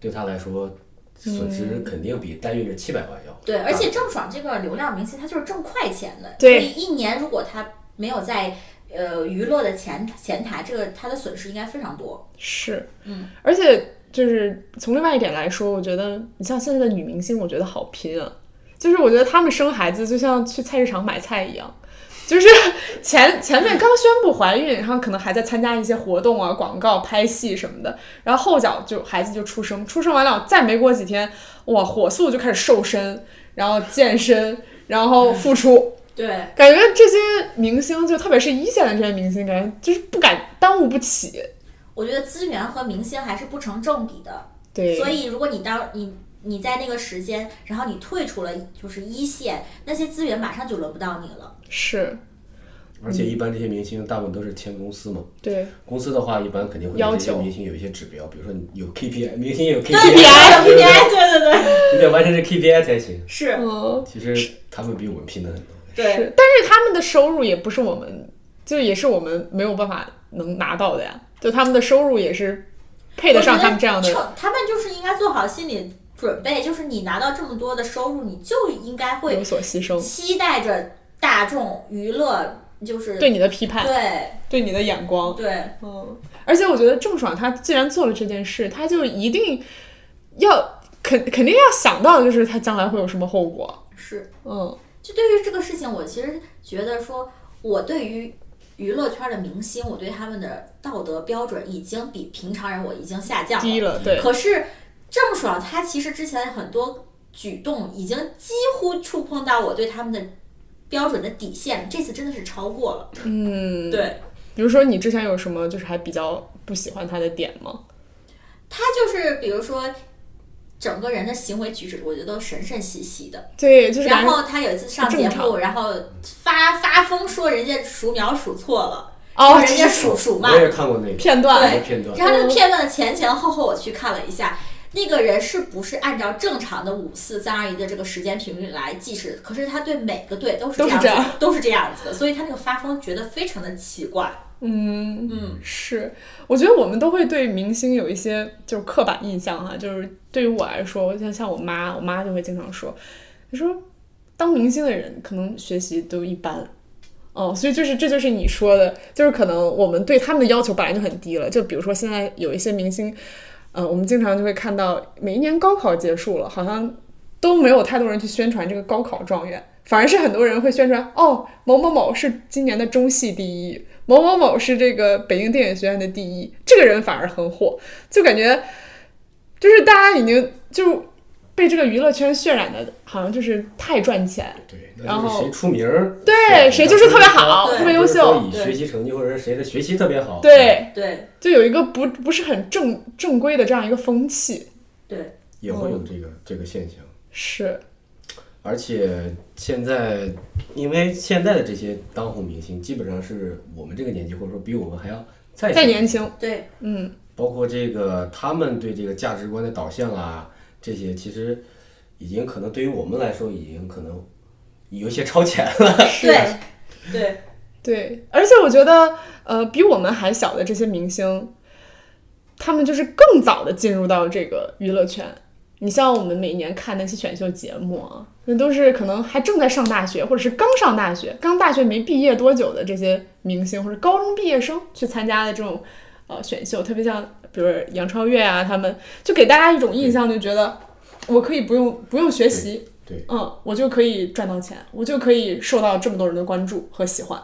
[SPEAKER 3] 对她来说损
[SPEAKER 1] 嗯
[SPEAKER 3] 失肯定比代孕这七百万要。
[SPEAKER 2] 对，而且郑爽这个流量明星，她就是挣快钱的，
[SPEAKER 1] 对
[SPEAKER 2] 所以一年如果她没有在呃娱乐的前前台，这个她的损失应该非常多。
[SPEAKER 1] 是，
[SPEAKER 2] 嗯，
[SPEAKER 1] 而且就是从另外一点来说，我觉得你像现在的女明星，我觉得好拼啊，就是我觉得她们生孩子就像去菜市场买菜一样。就是前前面刚宣布怀孕，然后可能还在参加一些活动啊、广告、拍戏什么的，然后后脚就孩子就出生，出生完了再没过几天，哇，火速就开始瘦身，然后健身，然后复出，
[SPEAKER 2] 对，
[SPEAKER 1] 感觉这些明星，就特别是一线的这些明星，感觉就是不敢耽误不起。
[SPEAKER 2] 我觉得资源和明星还是不成正比的，
[SPEAKER 1] 对，
[SPEAKER 2] 所以如果你当你你在那个时间，然后你退出了就是一线，那些资源马上就轮不到你了。
[SPEAKER 1] 是
[SPEAKER 3] 而且一般这些明星大部分都是签公司嘛，
[SPEAKER 1] 对
[SPEAKER 3] 公司的话一般肯定会
[SPEAKER 1] 要
[SPEAKER 3] 对这些
[SPEAKER 1] 求
[SPEAKER 3] 明星有一些指标，比如说你有 KPI，明星有
[SPEAKER 1] 哎
[SPEAKER 2] ，PPI
[SPEAKER 3] KPI，
[SPEAKER 2] PPI，对对对，
[SPEAKER 3] 你得完成这 KPI 才行。
[SPEAKER 2] 哎是，
[SPEAKER 1] 嗯，
[SPEAKER 3] 其实他们比我们拼的很多。
[SPEAKER 2] 对
[SPEAKER 1] 是，但是他们的收入也不是我们，就也是我们没有办法能拿到的呀。就他们的收入也是配得上他们这样
[SPEAKER 2] 我觉
[SPEAKER 1] 的，
[SPEAKER 2] 得他们就是应该做好心理准备，就是你拿到这么多的收入，你就应该会
[SPEAKER 1] 有所牺牲，
[SPEAKER 2] 期待着大众娱乐，就是
[SPEAKER 1] 对你的批判，
[SPEAKER 2] 对
[SPEAKER 1] 对你的眼光，
[SPEAKER 2] 对
[SPEAKER 1] 嗯，而且我觉得郑爽她既然做了这件事，她就一定要肯肯定要想到，就是她将来会有什么后果。
[SPEAKER 2] 是。
[SPEAKER 1] 嗯，
[SPEAKER 2] 就对于这个事情，我其实觉得说，我对于娱乐圈的明星，我对他们的道德标准已经比平常人我已经下降
[SPEAKER 1] 低
[SPEAKER 2] 了。
[SPEAKER 1] 了，对，
[SPEAKER 2] 可是郑爽她其实之前很多举动已经几乎触碰到我对他们的标准的底线，这次真的是超过了。嗯，对，
[SPEAKER 1] 比如说你之前有什么就是还比较不喜欢他的点吗？
[SPEAKER 2] 他就是比如说整个人的行为举止，我觉得都神神兮兮的。
[SPEAKER 1] 对，就是感
[SPEAKER 2] 然
[SPEAKER 1] 觉
[SPEAKER 2] 后他有一次上
[SPEAKER 1] 不
[SPEAKER 2] 节
[SPEAKER 1] 正常
[SPEAKER 2] 目，然后发发疯说人家数秒数错了，
[SPEAKER 1] 哦
[SPEAKER 2] 说，人家
[SPEAKER 1] 这是哦
[SPEAKER 2] 数数慢
[SPEAKER 3] 我，也看过那个
[SPEAKER 1] 片段
[SPEAKER 3] 那个片段，
[SPEAKER 2] 然后那个片段的前前后后我去看了一下，那个人是不是按照正常的五四三二一的这个时间频率来计时？可是他对每个队都是
[SPEAKER 1] 都
[SPEAKER 2] 这
[SPEAKER 1] 是
[SPEAKER 2] 样子
[SPEAKER 1] 这
[SPEAKER 2] 的
[SPEAKER 1] 样，
[SPEAKER 2] 都是这样子的，所以他那个发疯觉得非常的奇怪。
[SPEAKER 1] 嗯，
[SPEAKER 2] 嗯，
[SPEAKER 1] 是，我觉得我们都会对明星有一些就是刻板印象哈、就是对于我来说，像像我妈，我妈就会经常说，她说当明星的人可能学习都一般。哦，所以就是这就是你说的，就是可能我们对他们的要求本来就很低了。就比如说现在有一些明星，呃，我们经常就会看到每一年高考结束了，好像都没有太多人去宣传这个高考状元，反而是很多人会宣传哦，某某某是今年的中戏第一，某某某是这个北京电影学院的第一，这个人反而很火，就感觉就是大家已经就被这个娱乐圈渲染的，好像就是太赚钱，
[SPEAKER 3] 对，
[SPEAKER 1] 然
[SPEAKER 3] 那就是
[SPEAKER 1] 后
[SPEAKER 3] 谁出名儿，
[SPEAKER 1] 对，谁就是特别好，
[SPEAKER 2] 对
[SPEAKER 1] 特别优秀，
[SPEAKER 3] 以
[SPEAKER 2] 对
[SPEAKER 3] 学习成绩或者是谁的学习特别好，，
[SPEAKER 1] 对，
[SPEAKER 2] 对
[SPEAKER 1] 就有一个不不是很正正规的这样一个风气，
[SPEAKER 2] 对，
[SPEAKER 3] 也会有这个这个现象。
[SPEAKER 1] 是，
[SPEAKER 3] 而且现在，因为现在的这些当红明星，基本上是我们这个年纪，或者说比我们还要再
[SPEAKER 1] 再
[SPEAKER 3] 小
[SPEAKER 1] 年轻，
[SPEAKER 2] 对，
[SPEAKER 1] 嗯，
[SPEAKER 3] 包括这个他们对这个价值观的导向啊，这些其实已经可能对于我们来说，已经可能有一些超前了。
[SPEAKER 1] 是
[SPEAKER 2] 对，对，
[SPEAKER 1] 对，而且我觉得，呃，比我们还小的这些明星，他们就是更早的进入到这个娱乐圈。你像我们每年看那些选秀节目啊，那都是可能还正在上大学，或者是刚上大学、刚大学没毕业多久的这些明星，或者高中毕业生去参加的这种呃选秀，特别像比如杨超越啊，他们就给大家一种印象，就觉得我可以不用不用学习，
[SPEAKER 3] 对，
[SPEAKER 1] 嗯，我就可以赚到钱，我就可以受到这么多人的关注和喜欢。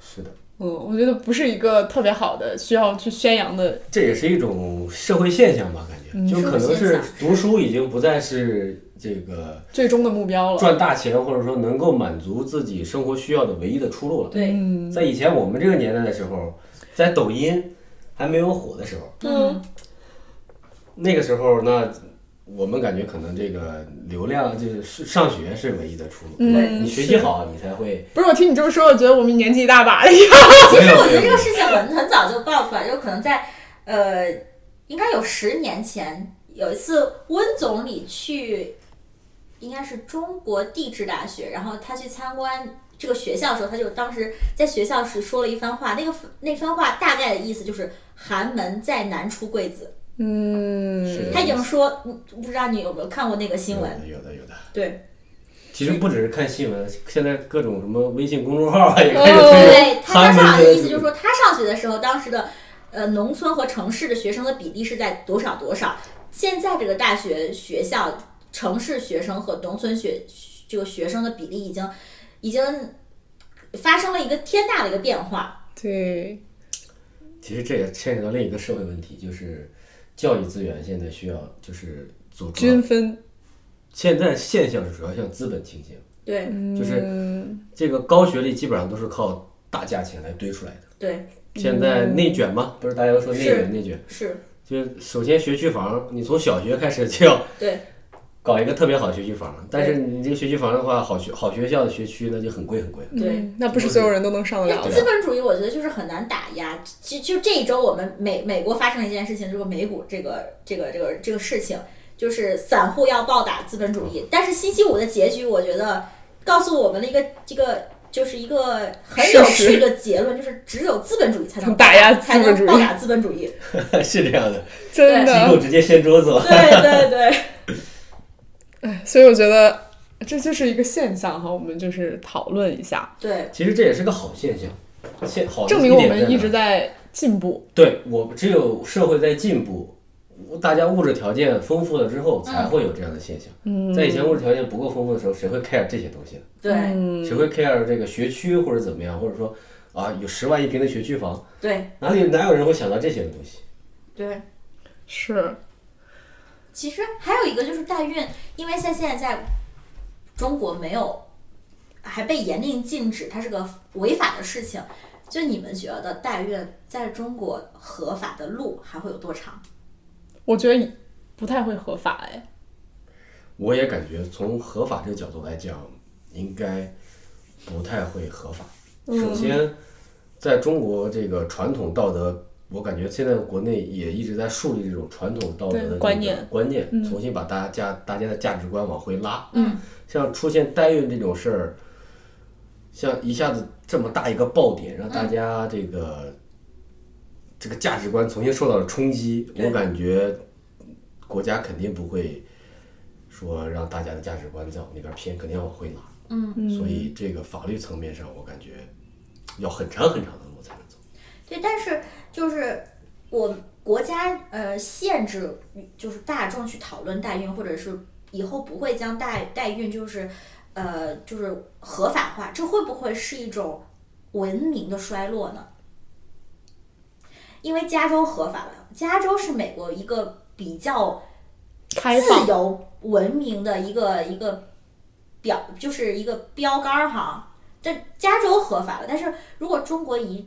[SPEAKER 3] 是的，
[SPEAKER 1] 嗯，我觉得不是一个特别好的需要去宣扬的。
[SPEAKER 3] 这也是一种社会现象吧，感觉就可
[SPEAKER 2] 嗯
[SPEAKER 3] 能
[SPEAKER 2] 社会
[SPEAKER 3] 是
[SPEAKER 2] 现象
[SPEAKER 3] 读书已经不再是这个
[SPEAKER 1] 最终的目标了。
[SPEAKER 3] 赚大钱，或者说能够满足自己生活需要的唯一的出路了。
[SPEAKER 2] 对，
[SPEAKER 3] 在以前我们这个年代的时候，在抖音还没有火的时候，
[SPEAKER 1] 嗯，
[SPEAKER 3] 那个时候那我们感觉可能这个流量就是上学是唯一的出路，对吧？
[SPEAKER 1] 嗯
[SPEAKER 3] 你学习好，你才会。
[SPEAKER 1] 不是，我听你这么说，我觉得我们年纪一大把了。已经
[SPEAKER 2] 其实我觉得这个事情很很早就爆出来，就可能在呃，应该有十年前，有一次温总理去，应该是中国地质大学，然后他去参观这个学校的时候，他就当时在学校时说了一番话，那个那番话大概的意思就是寒门再难出贵子。
[SPEAKER 1] 嗯，
[SPEAKER 2] 他已经说，嗯不知道你有没有看过那个新
[SPEAKER 3] 有
[SPEAKER 2] 闻？
[SPEAKER 3] 的有的有的，
[SPEAKER 2] 对，
[SPEAKER 3] 其实不只是看新闻，现在各种什么微信公 众号啊也开始
[SPEAKER 1] 哦
[SPEAKER 3] 推
[SPEAKER 2] 对他当
[SPEAKER 3] 寒
[SPEAKER 2] 时好像
[SPEAKER 3] 门
[SPEAKER 2] 意思就是说，他上学的时候，当时的呃农村和城市的学生的比例是在多少多少？现在这个大学学校，城市学生和农村学这个学生的比例已经已经发生了一个天大的一个变化。
[SPEAKER 1] 对，
[SPEAKER 3] 其实这也牵扯到另一个社会问题，就是教育资源现在需要就是组
[SPEAKER 1] 均
[SPEAKER 3] 装。
[SPEAKER 1] 分，
[SPEAKER 3] 现在现象是主要向资本倾斜，
[SPEAKER 2] 对
[SPEAKER 3] 就是
[SPEAKER 1] 嗯，
[SPEAKER 3] 这个高学历基本上都是靠大价钱来堆出来的。
[SPEAKER 2] 对，嗯
[SPEAKER 3] 现在内卷嘛，不是大家都说内
[SPEAKER 2] 是
[SPEAKER 3] 卷内卷，
[SPEAKER 2] 是，
[SPEAKER 3] 就是首先学区房，你从小学开始就要
[SPEAKER 2] 对
[SPEAKER 3] 搞一个特别好的学区房，但是你这个学区房的话，好学好学校的学区那就很贵很贵。
[SPEAKER 2] 对。
[SPEAKER 1] 嗯那不是所有人都能上得了
[SPEAKER 2] 资
[SPEAKER 1] 的。
[SPEAKER 2] 本主义，我觉得就是很难打压。就就这一周，我们美美国发生了一件事情，就是美股这个这个这个这个事情，就是散户要暴打资本主
[SPEAKER 1] 嗯
[SPEAKER 2] 义。但是星期五的结局，我觉得告诉我们了一个这个就是一个很有
[SPEAKER 1] 事实
[SPEAKER 2] 趣的结论，就是只有资本主义才能
[SPEAKER 1] 打压资
[SPEAKER 2] 才
[SPEAKER 1] 本主
[SPEAKER 2] 能
[SPEAKER 1] 义
[SPEAKER 2] 暴打资本主义。
[SPEAKER 3] 是这样的，
[SPEAKER 1] 真
[SPEAKER 3] 机
[SPEAKER 1] 的
[SPEAKER 3] 构，直接掀桌子了。
[SPEAKER 2] 对对对，
[SPEAKER 1] 哎所以我觉得这就是一个现象哈，我们就是讨论一下，
[SPEAKER 2] 对
[SPEAKER 3] 其实这也是个好现象，现好的
[SPEAKER 1] 证明我
[SPEAKER 3] 点在
[SPEAKER 1] 们一
[SPEAKER 3] 哪
[SPEAKER 1] 直在进步。
[SPEAKER 3] 对我只有社会在进步，大家物质条件丰富了之
[SPEAKER 1] 嗯
[SPEAKER 3] 后，才会有这样的现象。在以前物质条件不够丰富的时候，谁会 care 这些东西呢？
[SPEAKER 2] 对
[SPEAKER 1] 嗯
[SPEAKER 3] 谁会 care 这个学区或者怎么样，或者说啊有十万一平的学区房，
[SPEAKER 2] 对
[SPEAKER 3] 哪里哪有人会想到这些东西？
[SPEAKER 2] 对。
[SPEAKER 1] 是，
[SPEAKER 2] 其实还有一个就是代孕，因为像现在在中国没有还被严令禁止，它是个违法的事情。就你们觉得代孕在中国合法的路还会有多长？
[SPEAKER 1] 我觉得不太会合法哎。
[SPEAKER 3] 我也感觉从合法这个角度来讲，应该不太会合法。
[SPEAKER 1] 嗯
[SPEAKER 3] 首先，在中国这个传统道德，我感觉现在国内也一直在树立这种传统道德的
[SPEAKER 1] 对
[SPEAKER 3] 这个
[SPEAKER 1] 观念嗯
[SPEAKER 3] 观念，重新把大家价大家的价值观往回拉。
[SPEAKER 2] 嗯，
[SPEAKER 3] 像出现代孕这种事儿，像一下子这么大一个爆点，让大家这个、这个价值观重新受到了冲击，
[SPEAKER 2] 对
[SPEAKER 3] 我感觉国家肯定不会说让大家的价值观再往那边偏，肯定要往回拉。
[SPEAKER 1] 嗯
[SPEAKER 3] 所以这个法律层面上，我感觉要很长很长的路才能走。
[SPEAKER 2] 对，但是就是我国家呃限制就是大众去讨论代孕，或者是以后不会将代代孕就是呃就是合法化，这会不会是一种文明的衰落呢？因为加州合法了，加州是美国一个比较
[SPEAKER 1] 开
[SPEAKER 2] 自
[SPEAKER 1] 放
[SPEAKER 2] 由文明的一个一个表，就是一个标杆儿哈。这加州合法了，但是如果中国一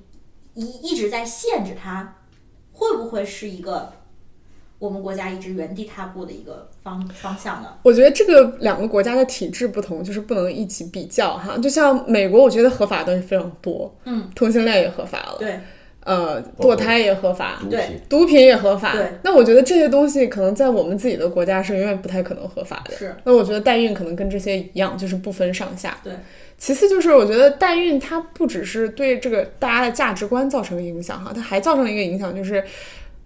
[SPEAKER 2] 一一直在限制它，会不会是一个我们国家一直原地踏步的一个方方向呢？
[SPEAKER 1] 我觉得这个两个国家的体制不同，就是不能一起比较哈。就像美国，我觉得合法的东西非常多，
[SPEAKER 2] 嗯，
[SPEAKER 1] 同性恋也合法了，
[SPEAKER 2] 对，
[SPEAKER 1] 呃，
[SPEAKER 3] 括
[SPEAKER 1] 堕胎也合法，
[SPEAKER 3] 毒
[SPEAKER 2] 对
[SPEAKER 3] 品，
[SPEAKER 1] 毒品也合法
[SPEAKER 2] 对。
[SPEAKER 1] 那我觉得这些东西可能在我们自己的国家是永远不太可能合法的。
[SPEAKER 2] 是，
[SPEAKER 1] 那我觉得代孕可能跟这些一样，就是不分上下。
[SPEAKER 2] 对，
[SPEAKER 1] 其次就是我觉得代孕它不只是对这个大家的价值观造成影响哈，它还造成了一个影响就是。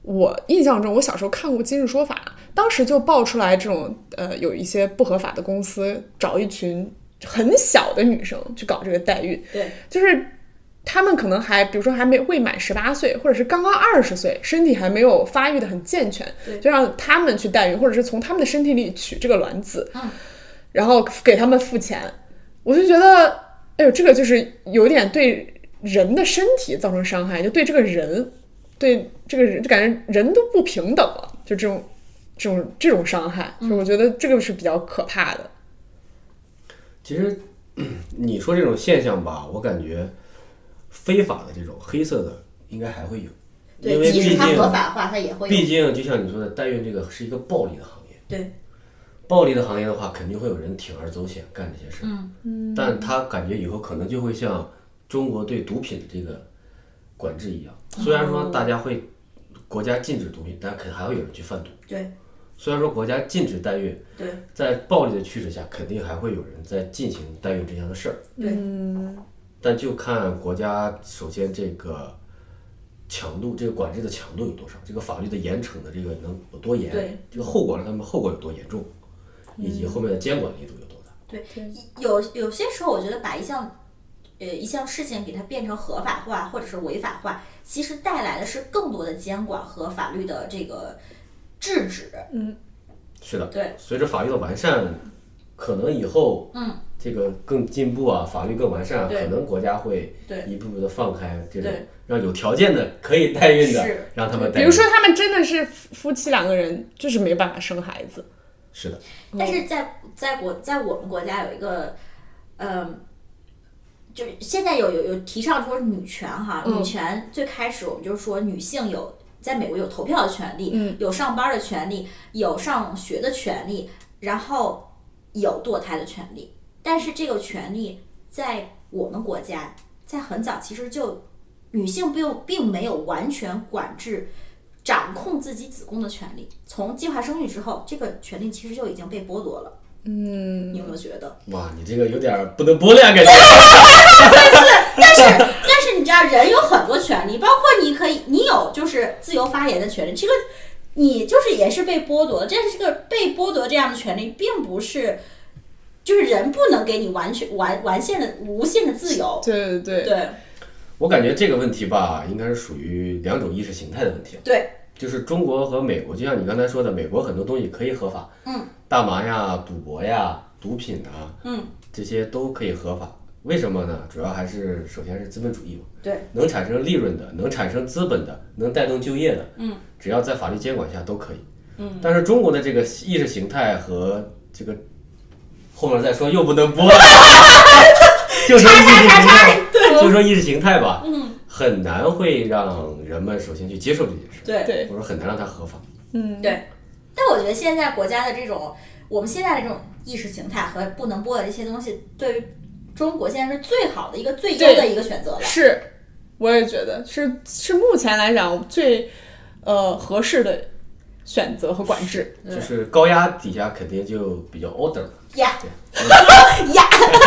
[SPEAKER 1] 我印象中，我小时候看过《今日说法》，当时就爆出来这种呃，有一些不合法的公司找一群很小的女生去搞这个代孕，
[SPEAKER 2] 对，
[SPEAKER 1] 就是他们可能还，比如说还没未满十八岁，或者是刚刚二十岁，身体还没有发育的很健全
[SPEAKER 2] 对，
[SPEAKER 1] 就让他们去代孕，或者是从他们的身体里取这个卵子，
[SPEAKER 2] 嗯
[SPEAKER 1] 然后给他们付钱。我就觉得，哎呦，这个就是有点对人的身体造成伤害，就对这个人，对这个人，就感觉人都不平等了，就这种。这种这种伤害，
[SPEAKER 2] 嗯
[SPEAKER 1] 所以我觉得这个是比较可怕的。
[SPEAKER 3] 其实嗯你说这种现象吧，我感觉非法的这种黑色的应该还会有，因
[SPEAKER 2] 对，
[SPEAKER 3] 为
[SPEAKER 2] 即
[SPEAKER 3] 毕
[SPEAKER 2] 使
[SPEAKER 3] 竟
[SPEAKER 2] 它合法化，它也会
[SPEAKER 3] 毕
[SPEAKER 2] 有，
[SPEAKER 3] 竟就像你说的，代孕这个是一个暴利的行业，
[SPEAKER 2] 对，
[SPEAKER 3] 暴利的行业的话，肯定会有人铤而走险干这些事儿。
[SPEAKER 2] 嗯
[SPEAKER 3] 嗯，但他感觉以后可能就会像中国对毒品的这个管制一样，虽然说大家会国家禁止毒品，但可能还会有人去贩毒。
[SPEAKER 2] 对，
[SPEAKER 3] 虽然说国家禁止代孕，
[SPEAKER 2] 对，
[SPEAKER 3] 在暴力的驱使下，肯定还会有人在进行代孕这样的事儿。嗯
[SPEAKER 2] 对
[SPEAKER 3] 但就看国家首先这个强度，这个管制的强度有多少，这个法律的严惩的这个能有多严，
[SPEAKER 2] 对嗯
[SPEAKER 3] 这个后果让他们后果有多严重，以及后面的监管力度有多大。
[SPEAKER 2] 对，有有些时候，我觉得把一项呃一项事情给它变成合法化或者是违法化，其实带来的是更多的监管和法律的这个制止。
[SPEAKER 3] 是的，
[SPEAKER 2] 对，
[SPEAKER 3] 随着法律的完善，可能以后
[SPEAKER 2] 嗯，
[SPEAKER 3] 这个更进步啊，法律更完善啊，
[SPEAKER 2] 对
[SPEAKER 3] 可能国家会
[SPEAKER 2] 对
[SPEAKER 3] 一步步的放开这种
[SPEAKER 2] 对
[SPEAKER 3] 让有条件的可以代孕的
[SPEAKER 2] 是，
[SPEAKER 3] 让他们代
[SPEAKER 1] 比
[SPEAKER 3] 孕。
[SPEAKER 1] 如说，他们真的是夫夫妻两个人就是没办法生孩子，
[SPEAKER 3] 是的，
[SPEAKER 2] 但是在在国在我们国家有一个，嗯，就是现在有有有提倡说女权哈，女权最开始我们就是说女性有在美国有投票的权利，有上班的权利，有上学的权利，然后有堕胎的权利。但是这个权利在我们国家在很早其实就女性并并没有完全管制。掌控自己子宫的权利，从计划生育之后，这个权利其实就已经被剥夺了。嗯，你有没有觉得？
[SPEAKER 3] 哇，你这个有点儿不能播了呀，感觉。
[SPEAKER 2] 但是但是你知道，人有很多权利，包括你可以，你有就是自由发言的权利，这个你就是也是被剥夺的。这是个被剥夺这样的权利，并不是就是人不能给你完全完完限的无限的自由。
[SPEAKER 1] 对对对，
[SPEAKER 2] 对
[SPEAKER 3] 我感觉这个问题吧，应该是属于两种意识形态的问题，
[SPEAKER 2] 对
[SPEAKER 3] 就是中国和美国，就像你刚才说的，美国很多东西可以合法，
[SPEAKER 2] 嗯，
[SPEAKER 3] 大麻呀、赌博呀、毒品啊，
[SPEAKER 2] 嗯，
[SPEAKER 3] 这些都可以合法。为什么呢？主要还是首先是资本主义嘛，
[SPEAKER 2] 对
[SPEAKER 3] 能产生利润的、能产生资本的、能带动就业的，嗯，只要在法律监管下都可以。嗯，但是中国的这个意识形态和这个后面再说又不能播了，就说意识
[SPEAKER 2] 叉
[SPEAKER 3] 形
[SPEAKER 2] 叉
[SPEAKER 3] 态，就说意识形态吧，嗯，很难会让人们首先去接受这件事，
[SPEAKER 2] 对
[SPEAKER 1] 对
[SPEAKER 3] 或者很难让它合法。
[SPEAKER 1] 嗯，
[SPEAKER 2] 对，但我觉得现在国家的这种，我们现在的这种意识形态和不能播的这些东西，对于中国现在是最好的一个最优的一个选择了。
[SPEAKER 1] 是，我也觉得是是目前来讲最呃合适的选择和管制。
[SPEAKER 2] 对
[SPEAKER 3] 就是高压底下肯定就比较 order 了，
[SPEAKER 2] 呀
[SPEAKER 3] 对，
[SPEAKER 2] 呀，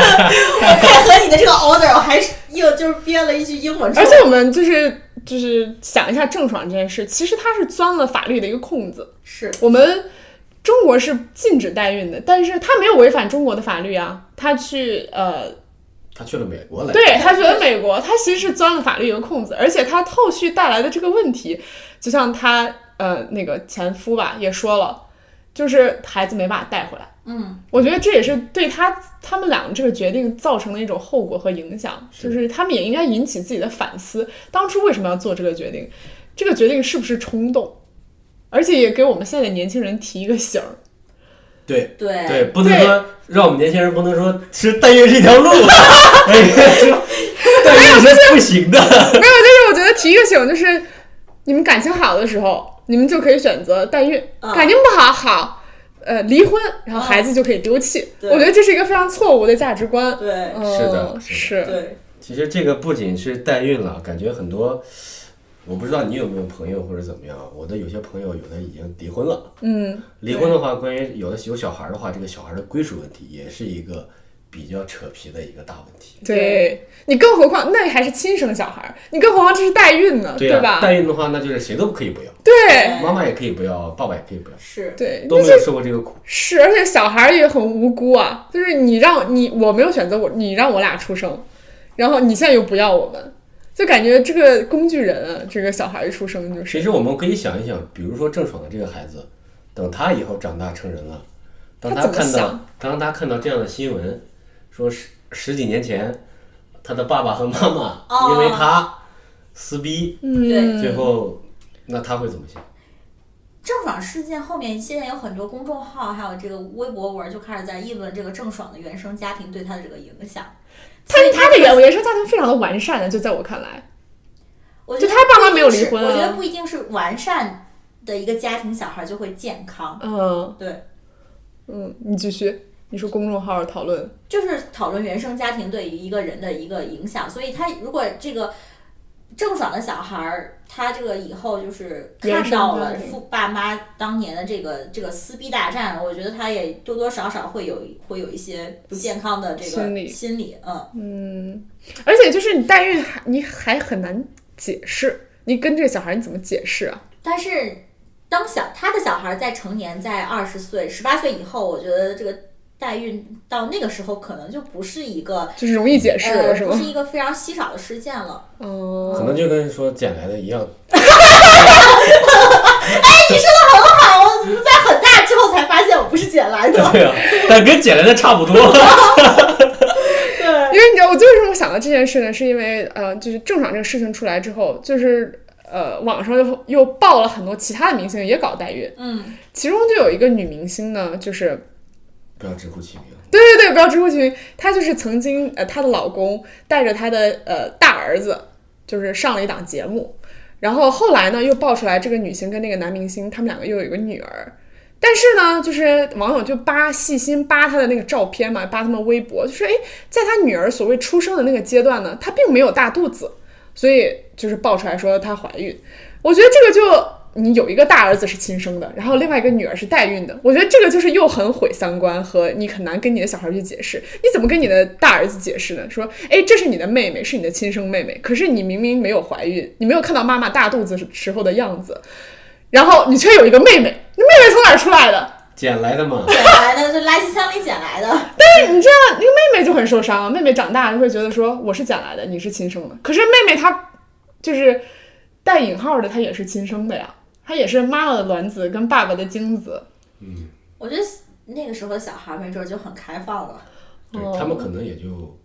[SPEAKER 2] 我配合你的这个 order，我还是又就是编了一句英文出来。
[SPEAKER 1] 而且我们就是就是想一下郑爽这件事，其实她是钻了法律的一个空子。
[SPEAKER 2] 是
[SPEAKER 1] 我们中国是禁止代孕的，但是她没有违反中国的法律啊，她去呃
[SPEAKER 3] 他去了美国来，
[SPEAKER 1] 对他觉得美国，他其实是钻了法律一个空子，而且他后续带来的这个问题，就像他呃那个前夫吧也说了，就是孩子没把他带回来。嗯，我觉得这也是对他他们俩这个决定造成的一种后果和影响，就是他们也应该引起自己的反思，当初为什么要做这个决定，这个决定是不是冲动，而且也给我们现在年轻人提一个醒儿。
[SPEAKER 3] 对
[SPEAKER 2] 对
[SPEAKER 3] 对，不能
[SPEAKER 1] 对
[SPEAKER 3] 说让我们年轻人不能说是但愿是一条路，啊 哎， 是但愿是不行的。
[SPEAKER 1] 没有，就是我觉得提一个醒，就是你们感情好的时候，你们就可以选择代孕；
[SPEAKER 2] 嗯
[SPEAKER 1] 感情不好，好，呃，离婚，然后孩子就可以丢弃。
[SPEAKER 2] 对
[SPEAKER 1] 我觉得这是一个非常错误的价值观。
[SPEAKER 2] 对
[SPEAKER 1] 嗯、
[SPEAKER 3] 是的是
[SPEAKER 1] 是
[SPEAKER 2] 对，
[SPEAKER 3] 其实这个不仅是代孕了，感觉很多，我不知道你有没有朋友或者怎么样，我的有些朋友有的已经离婚了，
[SPEAKER 1] 嗯，
[SPEAKER 3] 离婚的话，关于有的有小孩的话，这个小孩的归属问题也是一个比较扯皮的一个大问题。
[SPEAKER 1] 对你更何况那还是亲生小孩儿，你更何况这是代孕呢，
[SPEAKER 3] 对呀、啊
[SPEAKER 1] 吧？
[SPEAKER 3] 代孕的话，那就是谁都不可以不要，
[SPEAKER 1] 对
[SPEAKER 3] 妈妈也可以不要，爸爸也可以不要，
[SPEAKER 2] 是
[SPEAKER 1] 对，
[SPEAKER 3] 都没有受过这个苦。
[SPEAKER 1] 是，而且小孩儿也很无辜啊，就是你让你我没有选择我，你让我俩出生，然后你现在又不要我们，就感觉这个工具人啊，这个小孩儿一出生就是
[SPEAKER 3] 其实我们可以想一想，比如说郑爽的这个孩子，等他以后长大成人了，当
[SPEAKER 1] 他
[SPEAKER 3] 他
[SPEAKER 1] 怎么
[SPEAKER 3] 看到
[SPEAKER 1] 想
[SPEAKER 3] 当他看到这样的新闻，说十十几年前他的爸爸和妈妈
[SPEAKER 2] 哦
[SPEAKER 3] 因为他撕逼，
[SPEAKER 1] 嗯
[SPEAKER 2] 对
[SPEAKER 3] 最后那他会怎么想？
[SPEAKER 2] 郑爽事件后面，现在有很多公众号还有这个微博文就开始在议论这个郑爽的原生家庭对她的这个影响。
[SPEAKER 1] 他
[SPEAKER 2] 所以
[SPEAKER 1] 他的原原生家庭非常的完善啊，就在我看来，
[SPEAKER 2] 我觉得
[SPEAKER 1] 就她爸妈没有离婚啊
[SPEAKER 2] 我觉得不一定是完善的一个家庭，小孩就会健康。
[SPEAKER 1] 嗯
[SPEAKER 2] 啊对，
[SPEAKER 1] 嗯，你继续，你说公众号讨论，
[SPEAKER 2] 就是讨论原生家庭对于一个人的一个影响。所以他如果这个郑爽的小孩儿，他这个以后就是看到
[SPEAKER 1] 原
[SPEAKER 2] 了
[SPEAKER 1] 生家庭
[SPEAKER 2] 父爸妈当年的这个这个撕逼大战，我觉得他也多多少少会有会有一些不健康的这个
[SPEAKER 1] 心理
[SPEAKER 2] 心理嗯，
[SPEAKER 1] 嗯，而且就是你代孕还你还很难解释，你跟这个小孩儿你怎么解释啊？
[SPEAKER 2] 但是当小他的小孩在成年，在二十岁、十八岁以后，我觉得这个代孕到那个时候可能就不是一个
[SPEAKER 1] 就是容易解释
[SPEAKER 2] 呃
[SPEAKER 1] 是
[SPEAKER 2] 不
[SPEAKER 1] 吗
[SPEAKER 2] 是？一个非常稀少的事件了。
[SPEAKER 1] 嗯，
[SPEAKER 3] 可能就跟说捡来的一样，
[SPEAKER 2] 啊，我在很大之后才发现我不是捡来的。
[SPEAKER 3] 对啊，但跟捡来的差不多。
[SPEAKER 1] 因为你知道，我最为什么想到这件事呢？是因为呃，就是郑爽这个事情出来之后，就是呃，网上又又爆了很多其他的明星也搞代孕，
[SPEAKER 2] 嗯，
[SPEAKER 1] 其中就有一个女明星呢，就是
[SPEAKER 3] 不要直呼其名，
[SPEAKER 1] 对对对，不要直呼其名，她就是曾经呃，她的老公带着她的呃大儿子，就是上了一档节目，然后后来呢又爆出来这个女星跟那个男明星他们两个又有一个女儿。但是呢，就是网友就扒细心扒她的那个照片嘛，扒他们微博，就说哎，在她女儿所谓出生的那个阶段呢，她并没有大肚子，所以就是爆出来说她怀孕。我觉得这个就你有一个大儿子是亲生的，然后另外一个女儿是代孕的，我觉得这个就是又很毁三观和你很难跟你的小孩去解释，你怎么跟你的大儿子解释呢？说，哎，这是你的妹妹，是你的亲生妹妹，可是你明明没有怀孕，你没有看到妈妈大肚子时候的样子，然后你却有一个妹妹，那妹妹从哪儿出来的？
[SPEAKER 3] 捡来的嘛。
[SPEAKER 2] 捡来的，这垃圾箱里捡来的。
[SPEAKER 1] 但是你知道，那个妹妹就很受伤，妹妹长大就会觉得说我是捡来的，你是亲生的。可是妹妹她就是带引号的，她也是亲生的呀，她也是妈妈的卵子跟爸爸的精子。
[SPEAKER 2] 我觉得那个时候的小孩儿没准儿就很开放了。
[SPEAKER 3] 对
[SPEAKER 1] 哦
[SPEAKER 3] 他们可能也就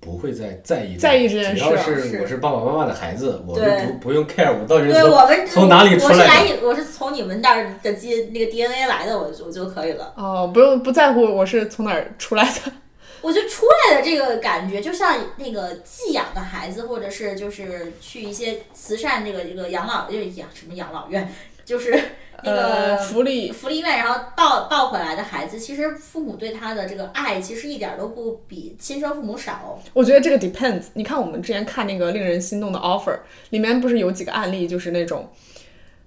[SPEAKER 3] 不会再在意
[SPEAKER 1] 在意这件
[SPEAKER 3] 只
[SPEAKER 1] 事啊
[SPEAKER 3] 要
[SPEAKER 1] 儿
[SPEAKER 3] 是
[SPEAKER 2] 是
[SPEAKER 3] 我是爸爸妈妈的孩子，我
[SPEAKER 2] 对
[SPEAKER 3] 们不不用 care 我到底是
[SPEAKER 2] 对我们
[SPEAKER 3] 从从哪里出
[SPEAKER 2] 我是来
[SPEAKER 3] 来的。
[SPEAKER 2] 你，我是从你们那儿的基因那个 DNA 来的，我就我就可以了。
[SPEAKER 1] 哦，不用不在乎我是从哪儿出来的。
[SPEAKER 2] 我觉得出来的这个感觉，就像那个寄养的孩子，或者是就是去一些慈善这个这个养老，就是养什么养老院，就是 那
[SPEAKER 1] 呃，
[SPEAKER 2] 个
[SPEAKER 1] 福利
[SPEAKER 2] 福利院，然后抱抱回来的孩子，其实父母对他的这个爱，其实一点都不比亲生父母少。
[SPEAKER 1] 我觉得这个 depends。你看我们之前看那个令人心动的 offer，里面不是有几个案例，就是那种，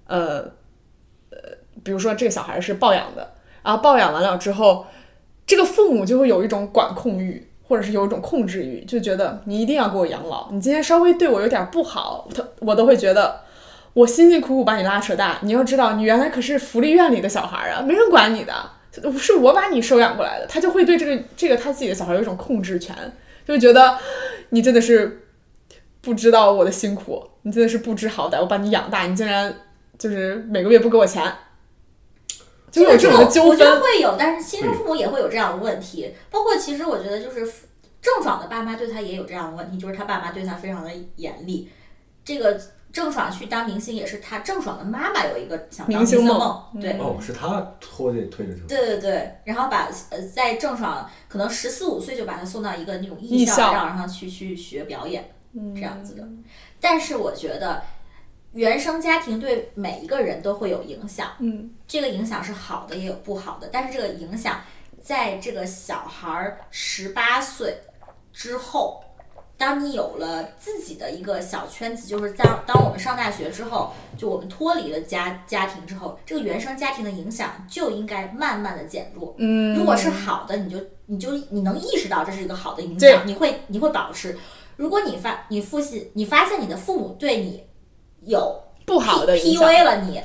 [SPEAKER 1] 呃，呃，比如说这个小孩是抱养的，然后抱养完了之后，这个父母就会有一种管控欲，或者是有一种控制欲，就觉得你一定要给我养老，你今天稍微对我有点不好，他我都会觉得。我辛辛苦苦把你拉扯大，你要知道，你原来可是福利院里的小孩啊，没人管你的，是我把你收养过来的。他就会对这个这个他自己的小孩有一种控制权，就觉得你真的是不知道我的辛苦，你真的是不知好歹，我把你养大，你竟然就是每个月不给我钱，就会有这种的纠
[SPEAKER 2] 我觉
[SPEAKER 1] 纷
[SPEAKER 2] 得。会有，但是亲生父母也会有这样的问题。包括其实我觉得就是父郑爽的爸妈对他也有这样的问题，就是他爸妈对他非常的严厉。这个郑爽去当明星也是他郑爽的妈妈有一个想
[SPEAKER 1] 明
[SPEAKER 2] 当
[SPEAKER 1] 星
[SPEAKER 2] 星
[SPEAKER 1] 梦
[SPEAKER 2] 对。
[SPEAKER 3] 哦，是他拖着推着他。
[SPEAKER 2] 对对对，然后把呃，在郑爽可能十四五岁就把他送到一个那种
[SPEAKER 1] 艺
[SPEAKER 2] 艺
[SPEAKER 1] 校
[SPEAKER 2] 校，嗯让他去去学表演，这样子的。但是我觉得原生家庭对每一个人都会有影响，
[SPEAKER 1] 嗯，
[SPEAKER 2] 这个影响是好的也有不好的，但是这个影响在这个小孩儿十八岁之后。当你有了自己的一个小圈子，就是在当我们上大学之后，就我们脱离了家家庭之后，这个原生家庭的影响就应该慢慢的减弱。嗯，如果是好的，你就你就你能意识到这是一个好的影
[SPEAKER 1] 对
[SPEAKER 2] 响，你会你会保持。如果你发你父亲你发现你的父母对你有
[SPEAKER 1] 不
[SPEAKER 2] P
[SPEAKER 1] 好的影响，
[SPEAKER 2] PUA 了 你，你也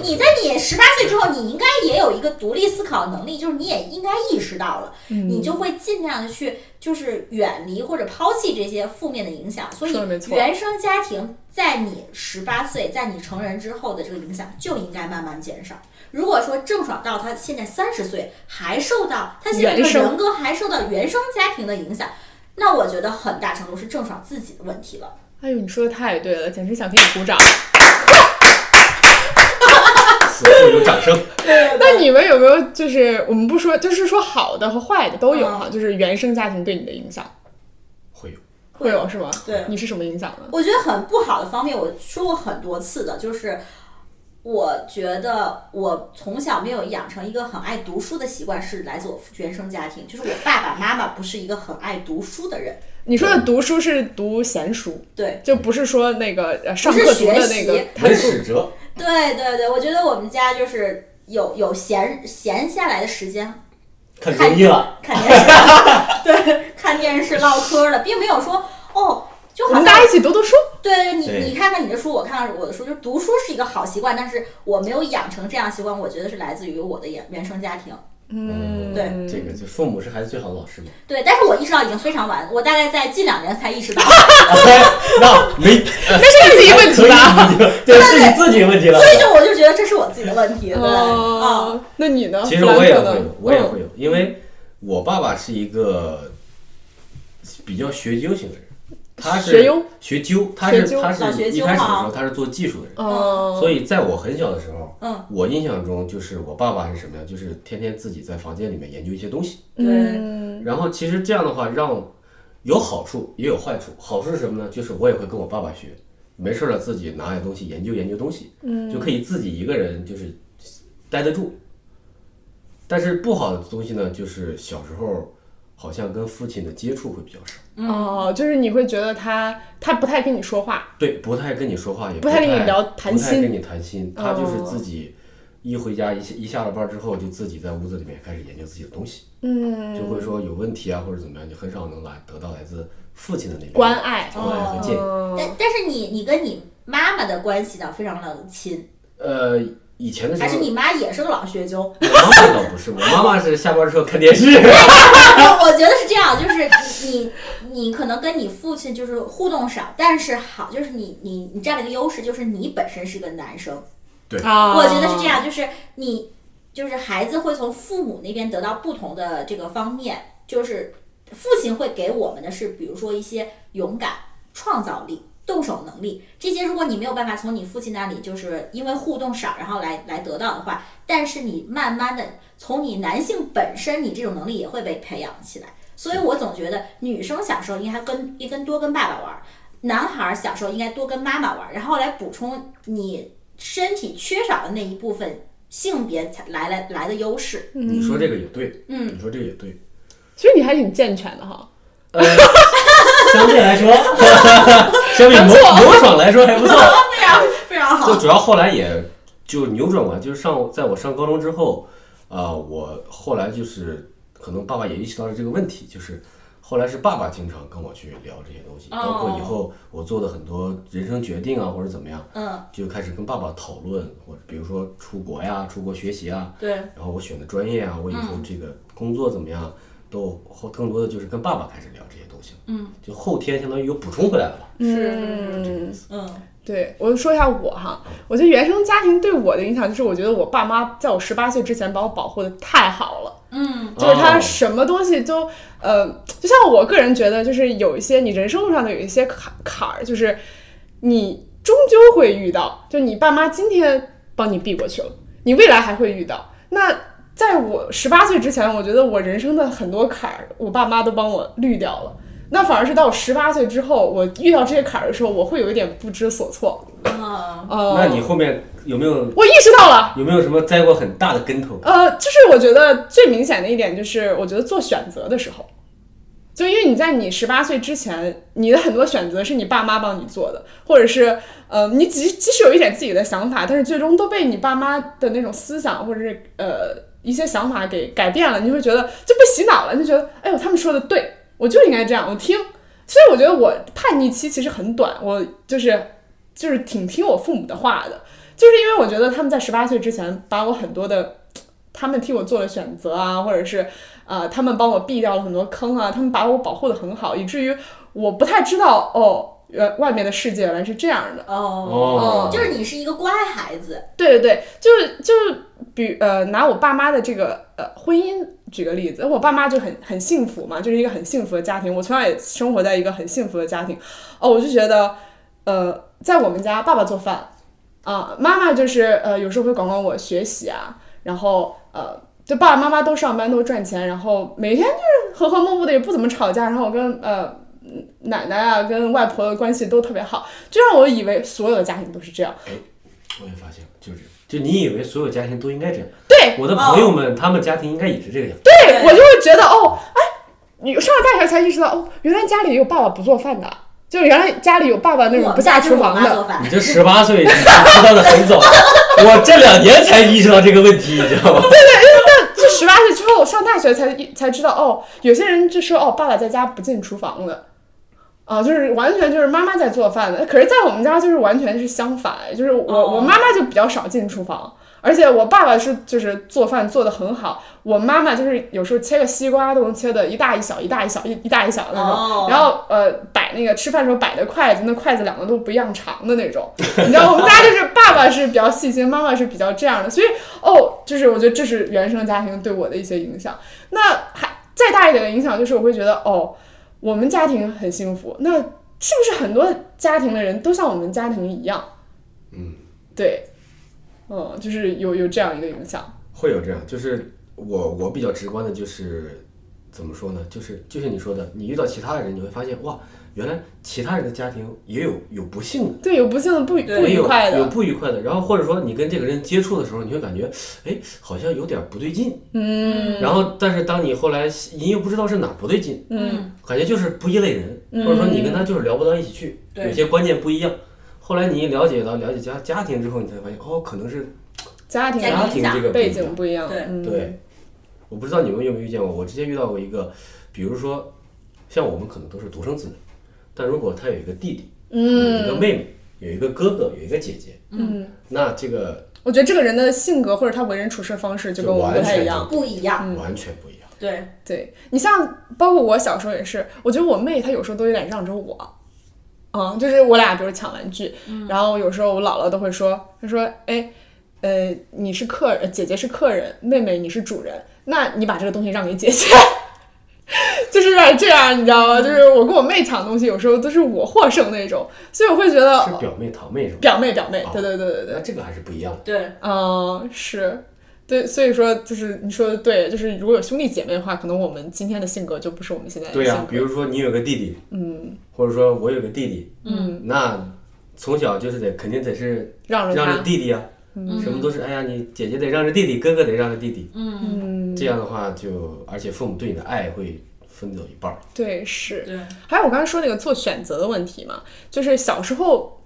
[SPEAKER 2] 你你在你十八岁之后，你应该也有一个独立思考能力，就是你也应该意识到了，
[SPEAKER 1] 嗯
[SPEAKER 2] 你就会尽量的去就是远离或者抛弃这些负面的影响。所以
[SPEAKER 1] 说得没错
[SPEAKER 2] 原生家庭在你十八岁，在你成人之后的这个影响就应该慢慢减少。如果说郑爽到她现在三十岁还受到她现在这
[SPEAKER 1] 原
[SPEAKER 2] 个
[SPEAKER 1] 生
[SPEAKER 2] 人格还受到原生家庭的影响，那我觉得很大程度是郑爽自己的问 题了。
[SPEAKER 1] 哎呦，你说的太对了，简直想给你鼓掌。
[SPEAKER 3] 此处有掌声。
[SPEAKER 1] 那你们有没有就是我们不说，就是说好的和坏的都有哈，
[SPEAKER 2] 嗯
[SPEAKER 1] 就是原生家庭对你的影响
[SPEAKER 3] 会有
[SPEAKER 1] 会有是吗？
[SPEAKER 2] 对
[SPEAKER 1] 你是什么影响呢？
[SPEAKER 2] 我觉得很不好的方面，我说过很多次的，就是我觉得我从小没有养成一个很爱读书的习惯，是来自我原生家庭，就是我爸爸妈妈不是一个很爱读书的人，
[SPEAKER 1] 你说的读书是读闲书，
[SPEAKER 2] 对。
[SPEAKER 1] 就不是说那个呃上
[SPEAKER 2] 是
[SPEAKER 1] 课读的
[SPEAKER 2] 学
[SPEAKER 1] 那
[SPEAKER 2] 习
[SPEAKER 1] 个
[SPEAKER 3] 文 史哲，
[SPEAKER 2] 对对对，我觉得我们家就是有有闲闲下来的时间
[SPEAKER 3] 看中医了。
[SPEAKER 2] 看电视，对，看电视唠嗑的，并没有说哦，就
[SPEAKER 1] 我
[SPEAKER 2] 好
[SPEAKER 1] 们
[SPEAKER 2] 像
[SPEAKER 1] 大家一起读读书。
[SPEAKER 2] 对你，
[SPEAKER 3] 对
[SPEAKER 2] 你看看你的书，我看看我的书，就读书是一个好习惯，但是我没有养成这样习惯，我觉得是来自于我的原原生家庭。
[SPEAKER 1] 嗯，
[SPEAKER 2] 对
[SPEAKER 3] 这个就父母是孩子最好的老师 嘛。
[SPEAKER 2] 对，但是我意识到已经非常晚，我大概在近两年才意识到，
[SPEAKER 3] 哎那没，
[SPEAKER 1] 那是你自己问题 吧？
[SPEAKER 3] 吧？对，是你自己问题了。
[SPEAKER 2] 所以就我就觉得这是我自己的问题。对，啊，
[SPEAKER 1] 哦，那你呢？
[SPEAKER 3] 其实
[SPEAKER 1] 弗兰
[SPEAKER 3] 我也
[SPEAKER 1] 克
[SPEAKER 3] 会
[SPEAKER 1] 呢嗯
[SPEAKER 3] 有，我也会有，因为我爸爸是一个比较学究型的人，他是
[SPEAKER 1] 学究
[SPEAKER 3] 学究，他
[SPEAKER 1] 学
[SPEAKER 3] 是
[SPEAKER 1] 究
[SPEAKER 3] 他
[SPEAKER 2] 老
[SPEAKER 3] 是
[SPEAKER 2] 学
[SPEAKER 3] 一
[SPEAKER 2] 究
[SPEAKER 3] 开始的时
[SPEAKER 2] 啊
[SPEAKER 3] 候他是做技术的人，
[SPEAKER 1] 嗯。哦，
[SPEAKER 3] 所以在我很小的时候，
[SPEAKER 2] 嗯，
[SPEAKER 3] 我印象中就是我爸爸是什么呀？就是天天自己在房间里面研究一些东西。
[SPEAKER 2] 对，
[SPEAKER 1] 嗯，
[SPEAKER 3] 然后其实这样的话，让有好处也有坏处。好处是什么呢？就是我也会跟我爸爸学，没事儿了自己拿点东西研究研究东西，嗯，就可以自己一个人就是待得住。但是不好的东西呢，就是小时候好像跟父亲的接触会比较少，
[SPEAKER 2] 嗯
[SPEAKER 1] 哦，就是你会觉得他他不太跟你说话，
[SPEAKER 3] 对，不太跟你说话，也
[SPEAKER 1] 不太
[SPEAKER 3] 太
[SPEAKER 1] 跟你聊谈
[SPEAKER 3] 不太
[SPEAKER 1] 心哦
[SPEAKER 3] 跟你谈心，他就是自己。一回家一下一下了班之后，就自己在屋子里面开始研究自己的东西，
[SPEAKER 1] 嗯，
[SPEAKER 3] 就会说有问题啊或者怎么样，就很少能来得到来自父亲的那边
[SPEAKER 1] 关爱，
[SPEAKER 3] 关爱和建议。
[SPEAKER 2] 嗯但但是你你跟你妈妈的关系呢非常的亲，
[SPEAKER 3] 呃，以前的时
[SPEAKER 2] 还是
[SPEAKER 3] 候，
[SPEAKER 2] 你妈也是个老学究？
[SPEAKER 3] 我妈妈倒不是，我妈妈是下班之后看电视。
[SPEAKER 2] 我我觉得是这样，就是你你你可能跟你父亲就是互动少，但是好就是你你你占了一个优势，就是你本身是个男生。
[SPEAKER 1] 啊，
[SPEAKER 2] 我觉得是这样，就是你就是孩子会从父母那边得到不同的这个方面，就是父亲会给我们的是，比如说一些勇敢、创造力。动手能力这些，如果你没有办法从你父亲那里，就是因为互动少，然后来来得到的话，但是你慢慢的从你男性本身，你这种能力也会被培养起来。所以我总觉得女生小时候应该跟应该多跟爸爸玩儿，男孩儿小时候应该多跟妈妈玩儿，然后来补充你身体缺少的那一部分性别才来来来的优势。
[SPEAKER 3] 你说这个也对，嗯，你说这个也对。
[SPEAKER 1] 其实你还挺健全的哈。
[SPEAKER 3] 呃，相对来说， 相比某某爽来说还不错。
[SPEAKER 2] 非常非常好
[SPEAKER 3] 就。主要后来也就扭转过来，就是上在我上高中之后，啊、我后来就是可能爸爸也意识到了这个问题，就是后来是爸爸经常跟我去聊这些东西，
[SPEAKER 2] 哦
[SPEAKER 3] 包括以后我做的很多人生决定啊或者怎么样，
[SPEAKER 2] 嗯，
[SPEAKER 3] 就开始跟爸爸讨论，或者比如说出国呀、出国学习啊，
[SPEAKER 2] 对，
[SPEAKER 3] 然后我选的专业啊，我以后
[SPEAKER 2] 嗯
[SPEAKER 3] 这个工作怎么样，都后更多的就是跟爸爸开始聊这些东西了，嗯，就后天相当于又补充回来了吧，
[SPEAKER 2] 是，
[SPEAKER 1] 嗯，
[SPEAKER 2] 嗯，
[SPEAKER 1] 对，我说一下我哈，我觉得原生家庭对我的影响就是，我觉得我爸妈在我十八岁之前把我保护的太好了。
[SPEAKER 2] 嗯，
[SPEAKER 1] 就是他
[SPEAKER 3] 哦
[SPEAKER 1] 什么东西都，呃，就像我个人觉得，就是有一些你人生路上的有一些坎坎儿，就是你终究会遇到，就你爸妈今天帮你避过去了，你未来还会遇到。那在我十八岁之前，我觉得我人生的很多坎儿，我爸妈都帮我滤掉了。那反而是到我十八岁之后，我遇到这些坎儿的时候，我会有一点不知所措。
[SPEAKER 2] 嗯，
[SPEAKER 1] 呃，
[SPEAKER 3] 那你后面有没有
[SPEAKER 1] 我意识到了，
[SPEAKER 3] 有没有什么栽过很大的跟头？
[SPEAKER 1] 呃，就是我觉得最明显的一点就是，我觉得做选择的时候，就因为你在你十八岁之前，你的很多选择是你爸妈帮你做的，或者是呃，你即即使有一点自己的想法，但是最终都被你爸妈的那种思想或者是呃一些想法给改变了，你会觉得就被洗脑了，你就觉得哎呦他们说的对，我就应该这样，我听。所以我觉得我叛逆期其实很短，我就是就是挺听我父母的话的，就是因为我觉得他们在十八岁之前把我很多的他们替我做了选择啊，或者是呃，他们帮我避掉了很多坑啊，他们把我保护的很好，以至于我不太知道哦，原外面的世界原来是这样的。
[SPEAKER 2] 哦
[SPEAKER 3] 哦
[SPEAKER 2] 就是你是一个乖孩子，
[SPEAKER 1] 对对对，就是就是比呃，拿我爸妈的这个呃婚姻举个例子，我爸妈就很很幸福嘛，就是一个很幸福的家庭，我从小也生活在一个很幸福的家庭，哦，我就觉得呃，在我们家爸爸做饭啊、妈妈就是呃有时候会管管我学习啊，然后呃。就爸爸妈妈都上班都赚钱，然后每天就是和和睦睦的，也不怎么吵架。然后我跟呃奶奶啊跟外婆的关系都特别好，就让我以为所有的家庭都是这样。
[SPEAKER 3] 我也发现了，就是就你以为所有家庭都应该这样，
[SPEAKER 1] 对，
[SPEAKER 3] 我的朋友们、他们家庭应该也是这个样。
[SPEAKER 1] 对我就会觉得哦，哎，你上了大学才意识到哦，原来家里有爸爸不做饭的，就原来家里有爸爸那
[SPEAKER 2] 我
[SPEAKER 1] 种
[SPEAKER 2] 们
[SPEAKER 1] 不下
[SPEAKER 2] 家就是
[SPEAKER 1] 厨
[SPEAKER 2] 我
[SPEAKER 1] 房
[SPEAKER 2] 妈做
[SPEAKER 1] 的。
[SPEAKER 2] 饭
[SPEAKER 3] 你，这十八岁你知道的很 早，我这两年才意识到这个问题，你知道吗？
[SPEAKER 1] 就十八岁之后上大学才一才知道哦，有些人就说哦，爸爸在家不进厨房的。啊，就是完全就是妈妈在做饭的，可是，在我们家就是完全是相反，就是我、
[SPEAKER 2] 哦
[SPEAKER 1] 我妈妈就比较少进厨房，而且我爸爸是就是做饭做的很好，我妈妈就是有时候切个西瓜都能切的一大一小一大一小一一大一小的那种，
[SPEAKER 2] 哦
[SPEAKER 1] 然后呃摆那个吃饭时候摆的筷子，那筷子两个都不一样长的那种，你知道我们家就是爸爸是比较细心，妈妈是比较这样的，所以哦，就是我觉得这是原生家庭对我的一些影响。那还再大一点的影响就是我会觉得哦，我们家庭很幸福，那是不是很多家庭的人都像我们家庭一样？
[SPEAKER 3] 嗯，
[SPEAKER 1] 对，嗯，就是有有这样一个影响。
[SPEAKER 3] 会有这样，就是我我比较直观的就是怎么说呢？就是就是你说的，你遇到其他人，你会发现哇，原来其他人的家庭也有有不幸的。
[SPEAKER 1] 对，有不幸的不
[SPEAKER 2] 对
[SPEAKER 1] 不愉快
[SPEAKER 3] 有有
[SPEAKER 1] 的，
[SPEAKER 3] 不愉快的，然后或者说你跟这个人接触的时候，你会感觉，哎，好像有点不对劲。嗯。然后，但是当你后来，你又不知道是哪不对劲，
[SPEAKER 2] 嗯，
[SPEAKER 3] 感觉就是不一类人，或者说你跟他就是聊不到一起去，
[SPEAKER 2] 对
[SPEAKER 3] 有些观念不一样。后来你一了解到了解家家庭之后，你才发现，哦，可能是
[SPEAKER 1] 家庭啊
[SPEAKER 2] 家
[SPEAKER 3] 家
[SPEAKER 2] 庭影
[SPEAKER 3] 庭
[SPEAKER 2] 响
[SPEAKER 3] 这个
[SPEAKER 1] 背
[SPEAKER 3] 不一样
[SPEAKER 1] 景不一样。
[SPEAKER 2] 对
[SPEAKER 1] 嗯、
[SPEAKER 3] 对，我不知道你们有没有遇见过，我之前遇到过一个，比如说，像我们可能都是独生子女，但如果他有一个弟弟，有一个
[SPEAKER 1] 嗯
[SPEAKER 3] 妹妹，有一个哥哥，有一个姐姐，
[SPEAKER 1] 嗯，
[SPEAKER 3] 那这个
[SPEAKER 1] 我觉得这个人的性格或者他为人处事的方式就跟我们不太一样。
[SPEAKER 2] 不一样，
[SPEAKER 3] 完全不一样。
[SPEAKER 2] 对，
[SPEAKER 1] 对你像，包括我小时候也是，我觉得我妹她有时候都有点让着我。嗯，就是我俩比如抢玩具，然后有时候我姥姥都会说，她说：“哎，呃，你是客人，姐姐是客人，妹妹你是主人，那你把这个东西让给姐姐。” 就是有点这样，你知道吗？就是我跟我妹抢东西，有时候都是我获胜那种，所以我会觉得
[SPEAKER 3] 是表妹堂妹是吧？
[SPEAKER 1] 哦表妹表妹
[SPEAKER 3] 哦，
[SPEAKER 1] 对对对对对
[SPEAKER 3] 那。这个还是不一样的。
[SPEAKER 2] 对，
[SPEAKER 1] 嗯，是，对，所以说就是你说的对，就是如果有兄弟姐妹的话，可能我们今天的性格就不是我们现在的
[SPEAKER 3] 对呀、
[SPEAKER 1] 性格。
[SPEAKER 3] 比如说你有个弟弟，
[SPEAKER 1] 哎嗯，
[SPEAKER 3] 或者说我有个弟弟，
[SPEAKER 1] 嗯，
[SPEAKER 3] 那从小就是得肯定得是
[SPEAKER 1] 让着
[SPEAKER 3] 让
[SPEAKER 1] 他
[SPEAKER 3] 着，弟弟啊，
[SPEAKER 2] 嗯
[SPEAKER 3] 什么都是哎呀，你姐姐得让着弟弟，哥哥得让着弟弟，
[SPEAKER 2] 嗯，
[SPEAKER 1] 嗯，
[SPEAKER 3] 这样的话就而且父母对你的爱会分走一半儿。
[SPEAKER 1] 对，是。
[SPEAKER 2] 对，
[SPEAKER 1] 还有我刚才说那个做选择的问题嘛，就是小时候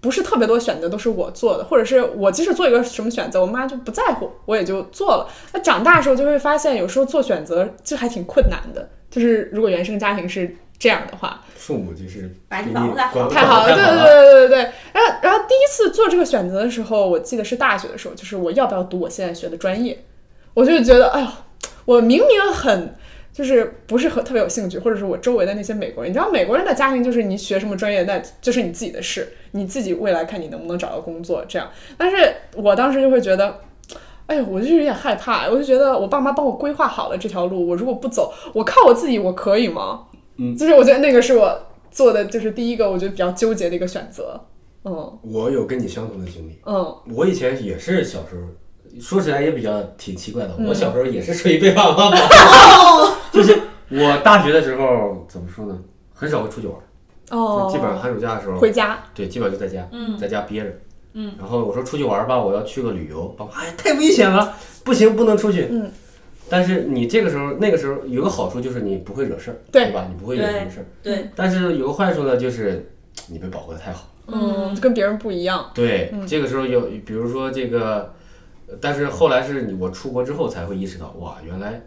[SPEAKER 1] 不是特别多选择都是我做的，或者是我即使做一个什么选择，我妈就不在乎，我也就做了。那长大的时候就会发现，有时候做选择就还挺困难的，就是如果原生家庭是这样的话，
[SPEAKER 3] 父母就是
[SPEAKER 2] 把你
[SPEAKER 3] 给
[SPEAKER 2] 绑
[SPEAKER 3] 管
[SPEAKER 2] 不在
[SPEAKER 3] 管
[SPEAKER 2] 好
[SPEAKER 1] 太好了，
[SPEAKER 3] 太
[SPEAKER 1] 对
[SPEAKER 3] 好
[SPEAKER 1] 对
[SPEAKER 3] 了。
[SPEAKER 1] 对对对对。然后然后第一次做这个选择的时候，我记得是大学的时候，就是我要不要读我现在学的专业，我就觉得，哎呦，我明明很。就是不是很特别有兴趣，或者是我周围的那些美国人，你知道美国人的家庭就是你学什么专业，那就是你自己的事，你自己未来看你能不能找到工作这样。但是我当时就会觉得，哎呦，我就有点害怕，我就觉得我爸妈帮我规划好了这条路，我如果不走，我靠我自己，我可以吗？
[SPEAKER 3] 嗯，
[SPEAKER 1] 就是我觉得那个是我做的，就是第一个我觉得比较纠结的一个选择。嗯
[SPEAKER 3] 我有跟你相同的经历，
[SPEAKER 1] 嗯
[SPEAKER 3] 我以前也是小时候，说起来也比较挺奇怪的，
[SPEAKER 1] 嗯
[SPEAKER 3] 我小时候也是属于被爸 妈绑，啊
[SPEAKER 1] 哦
[SPEAKER 3] 就是我大学的时候怎么说呢，很少会出去玩儿，
[SPEAKER 1] 哦，
[SPEAKER 3] 就基本上寒暑假的时候
[SPEAKER 1] 回家，
[SPEAKER 3] 对，基本上就在家，
[SPEAKER 2] 嗯
[SPEAKER 3] 在家憋着，嗯，然后我说出去玩儿吧，我要去个旅游，爸妈哎太危险了，不行，不能出去，
[SPEAKER 1] 嗯，
[SPEAKER 3] 但是你这个时候那个时候有个好处就是你不会惹事儿，
[SPEAKER 1] 对
[SPEAKER 3] 吧？你不会惹什么事儿，
[SPEAKER 2] 对，
[SPEAKER 3] 但是有个坏处呢，就是你被保护的太好，
[SPEAKER 1] 嗯，就跟别人不一样。
[SPEAKER 3] 对，这个时候有比如说这个，呃但是后来是你我出国之后才会意识到，哇，原来。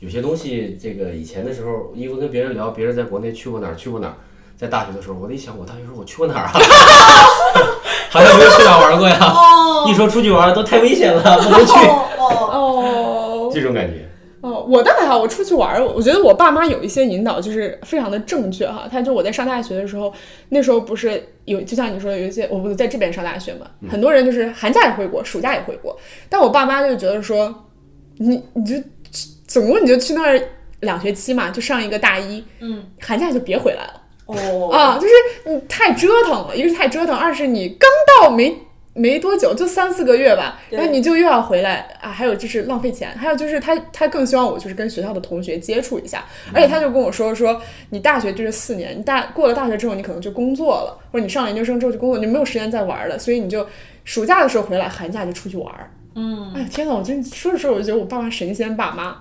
[SPEAKER 3] 有些东西，这个以前的时候，因为跟别人聊，别人在国内去过哪儿，去过哪儿，在大学的时候，我一想，我大学时候我去过哪儿啊？ 好像没有去哪儿玩过呀。
[SPEAKER 2] 哦
[SPEAKER 3] 一说出去玩都太危险了， 不能去，
[SPEAKER 2] 哦，
[SPEAKER 1] 哦
[SPEAKER 3] 这种感觉。
[SPEAKER 1] 哦，我倒还好，我出去玩儿，我我觉得我爸妈有一些引导就是非常的正确哈。他就我在上大学的时候，那时候不是有，就像你说的，有一些我不是在这边上大学嘛，
[SPEAKER 3] 嗯
[SPEAKER 1] 很多人就是寒假也回国，暑假也回国，但我爸妈就觉得说，你你就总共你就去那儿两学期嘛，就上一个大一，
[SPEAKER 2] 嗯，
[SPEAKER 1] 寒假就别回来了。
[SPEAKER 2] 哦，
[SPEAKER 1] 啊，就是你太折腾了，一个是太折腾，二是你刚到没没多久，就三四个月吧，
[SPEAKER 2] 对
[SPEAKER 1] 然后你就又要回来啊，还有就是浪费钱，还有就是他他更希望我就是跟学校的同学接触一下，而且他就跟我说说你大学就是四年，你大过了大学之后你可能就工作了，或者你上了研究生之后就工作，你没有时间再玩了，所以你就暑假的时候回来，寒假就出去玩儿。
[SPEAKER 2] 嗯，
[SPEAKER 1] 哎呀天哪，我真说着说着我就觉得我爸妈神仙爸妈，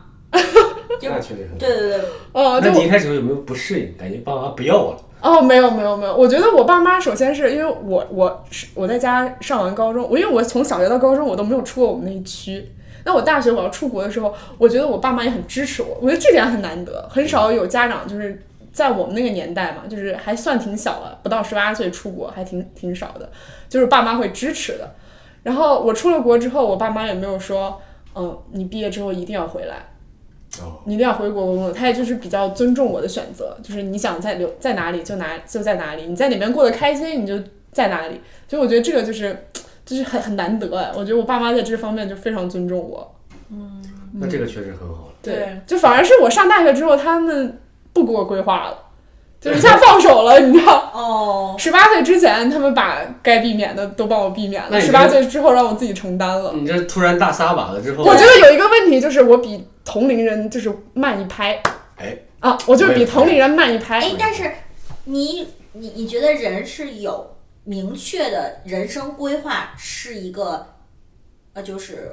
[SPEAKER 3] 那确实很。
[SPEAKER 2] 对对对，
[SPEAKER 1] 呃，
[SPEAKER 3] 那
[SPEAKER 1] 就我
[SPEAKER 3] 你一开始有没有不适应？感觉爸妈不要我了？
[SPEAKER 1] 哦，没有没有没有，我觉得我爸妈首先是因为我我是我在家上完高中，我因为我从小学到高中我都没有出过我们那一区。那我大学我要出国的时候，我觉得我爸妈也很支持我，我觉得这点很难得，很少有家长就是在我们那个年代嘛，就是还算挺小了，不到十八岁出国还挺挺少的，就是爸妈会支持的。然后我出了国之后，我爸妈也没有说，嗯，你毕业之后一定要回来，
[SPEAKER 3] 哦，
[SPEAKER 1] 你一定要回国工作。他也就是比较尊重我的选择，就是你想在留在哪里就哪就在哪里，你在里面过得开心你就在哪里。所以我觉得这个就是就是很很难得哎，我觉得我爸妈在这方面就非常尊重我。
[SPEAKER 3] 那这个确实很好了。
[SPEAKER 2] 对，
[SPEAKER 1] 就反而是我上大学之后，他们不给我规划了，就一下放手了，你知道。
[SPEAKER 2] 哦，
[SPEAKER 1] 十八岁之前，他们把该避免的都帮我避免
[SPEAKER 3] 那
[SPEAKER 1] 了；
[SPEAKER 3] 你
[SPEAKER 1] 十
[SPEAKER 3] 这
[SPEAKER 1] 八岁之后，让我自己承担了。
[SPEAKER 3] 你这突然大撒把了之后，
[SPEAKER 1] 我觉得有一个问题就是，我比同龄人就是慢一拍
[SPEAKER 3] 哎，
[SPEAKER 1] 啊，我就是
[SPEAKER 3] 我也
[SPEAKER 1] 比同龄人慢一拍。
[SPEAKER 2] 哎，但是你你你觉得人是有明确的人生规划，是一个呃，就是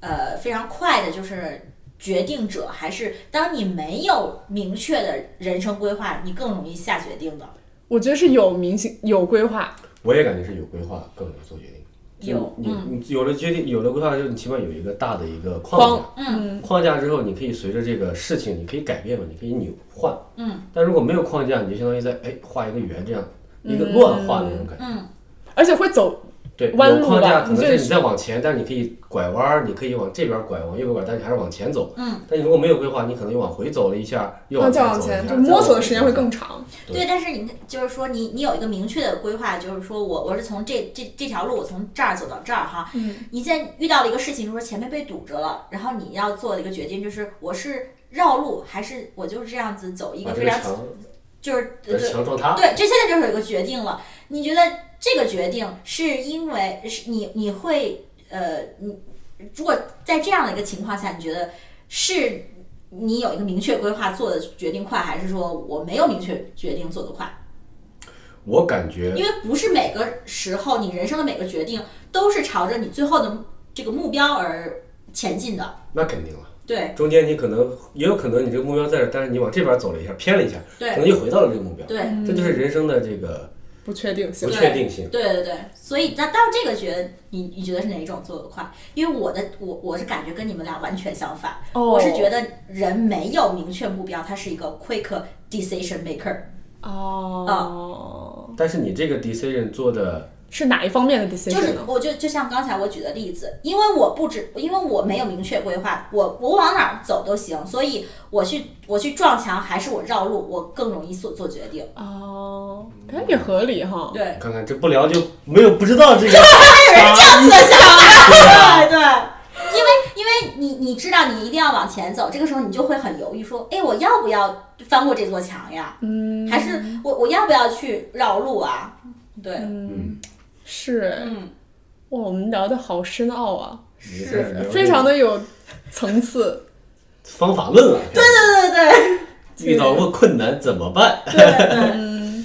[SPEAKER 2] 呃非常快的，就是决定者，还是当你没有明确的人生规划，你更容易下决定的？
[SPEAKER 1] 我觉得是有明星有规划，
[SPEAKER 3] 我也感觉是有规划更能做决定。
[SPEAKER 2] 有，
[SPEAKER 3] 你
[SPEAKER 1] 嗯
[SPEAKER 3] 你有了决定，有了规划之后，你起码有一个大的一个
[SPEAKER 1] 框
[SPEAKER 3] 框架。
[SPEAKER 2] 嗯
[SPEAKER 3] 框架之后，你可以随着这个事情，你可以改变嘛，你可以扭换。
[SPEAKER 2] 嗯。
[SPEAKER 3] 但如果没有框架，你就相当于在哎画一个圆这样一个乱画的那种感觉。
[SPEAKER 2] 嗯
[SPEAKER 1] 而且会走
[SPEAKER 3] 对，
[SPEAKER 1] 嗯弯
[SPEAKER 3] 有
[SPEAKER 1] 路吧
[SPEAKER 3] 框架可能
[SPEAKER 1] 你就是
[SPEAKER 3] 你在往前，但是你可以拐弯儿，你可以往这边拐，往右边拐，但你还是往前走。
[SPEAKER 2] 嗯。
[SPEAKER 3] 但你如果没有规划，你可能又往回走了一下，又
[SPEAKER 1] 啊，
[SPEAKER 3] 往
[SPEAKER 1] 再往
[SPEAKER 3] 走了一
[SPEAKER 1] 前，
[SPEAKER 3] 下
[SPEAKER 1] 就摸索的时间会更。长。
[SPEAKER 3] 对
[SPEAKER 2] 对，但是你就是说你你有一个明确的规划，就是说我我是从这这这条路，我从这儿走到这儿哈。
[SPEAKER 1] 嗯，
[SPEAKER 2] 你现在遇到了一个事情，就是说前面被堵着了，然后你要做的一个决定就是我是绕路还是我就是这样子走一
[SPEAKER 3] 把
[SPEAKER 2] 个非
[SPEAKER 3] 这个
[SPEAKER 2] 常
[SPEAKER 3] 墙，
[SPEAKER 2] 就是
[SPEAKER 3] 把这
[SPEAKER 2] 对
[SPEAKER 3] 墙撞塌。
[SPEAKER 2] 对，这现在就是有一个决定了。你觉得这个决定是因为是你你会呃你如果在这样的一个情况下，你觉得是你有一个明确规划做的决定快，还是说我没有明确决定做得快？
[SPEAKER 3] 我感觉
[SPEAKER 2] 因为不是每个时候你人生的每个决定都是朝着你最后的这个目标而前进的。
[SPEAKER 3] 那肯定了。
[SPEAKER 2] 对
[SPEAKER 3] 中间你可能也有可能你这个目标在这儿，但是你往这边走了一下，偏了一下，可
[SPEAKER 2] 对
[SPEAKER 3] 能又回到了这个目标。
[SPEAKER 2] 对
[SPEAKER 1] 嗯
[SPEAKER 3] 这就是人生的这个
[SPEAKER 1] 不确定性
[SPEAKER 3] 不。确定性。
[SPEAKER 2] 对对对，所以那到这个觉得你你觉得是哪一种做得快？因为我的我我是感觉跟你们俩完全相反，
[SPEAKER 1] 哦
[SPEAKER 2] 我是觉得人没有明确目标，他是一个 quick decision maker。
[SPEAKER 1] 哦，
[SPEAKER 3] 但是你这个 decision 做的，
[SPEAKER 1] 是哪一方面的
[SPEAKER 2] 就
[SPEAKER 1] decision
[SPEAKER 2] 是
[SPEAKER 1] 呢？
[SPEAKER 2] 我就就像刚才我举的例子，因为我不知，因为我没有明确规划，我我往哪儿走都行，所以我去我去撞墙还是我绕路，我更容易做做决定。
[SPEAKER 1] 哦，感觉也合理哈。
[SPEAKER 2] 对，
[SPEAKER 3] 看看这不聊就没 有不知道这个
[SPEAKER 2] 这 样子的想法，
[SPEAKER 3] 啊
[SPEAKER 2] 对对。因为因为你你知道你一定要往前走，这个时候你就会很犹豫，说，哎，我要不要翻过这座墙呀？嗯，还是我我要不要去绕路啊？对，
[SPEAKER 1] 是，
[SPEAKER 2] 嗯，
[SPEAKER 1] 哇，我们聊的好深奥啊，
[SPEAKER 3] 你在聊这个
[SPEAKER 1] 非常的有层次。
[SPEAKER 3] 方法论了。对
[SPEAKER 2] 对对
[SPEAKER 3] 对，遇到过困难怎么办？
[SPEAKER 2] 对对 对。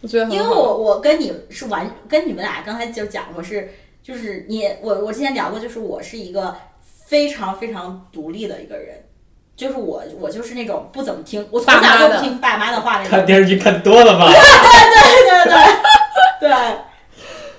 [SPEAKER 1] 我觉得很
[SPEAKER 2] 因为
[SPEAKER 1] 好。
[SPEAKER 2] 我我跟你是完跟你们俩刚才就讲过是，就是你我我之前聊过，就是我是一个非常非常独立的一个人，就是我我就是那种不怎么听，我从
[SPEAKER 1] 爸妈
[SPEAKER 2] 小就
[SPEAKER 1] 的
[SPEAKER 2] 不听爸妈的话那种
[SPEAKER 3] 看。电视剧看多 了吧？
[SPEAKER 2] 对对对，对，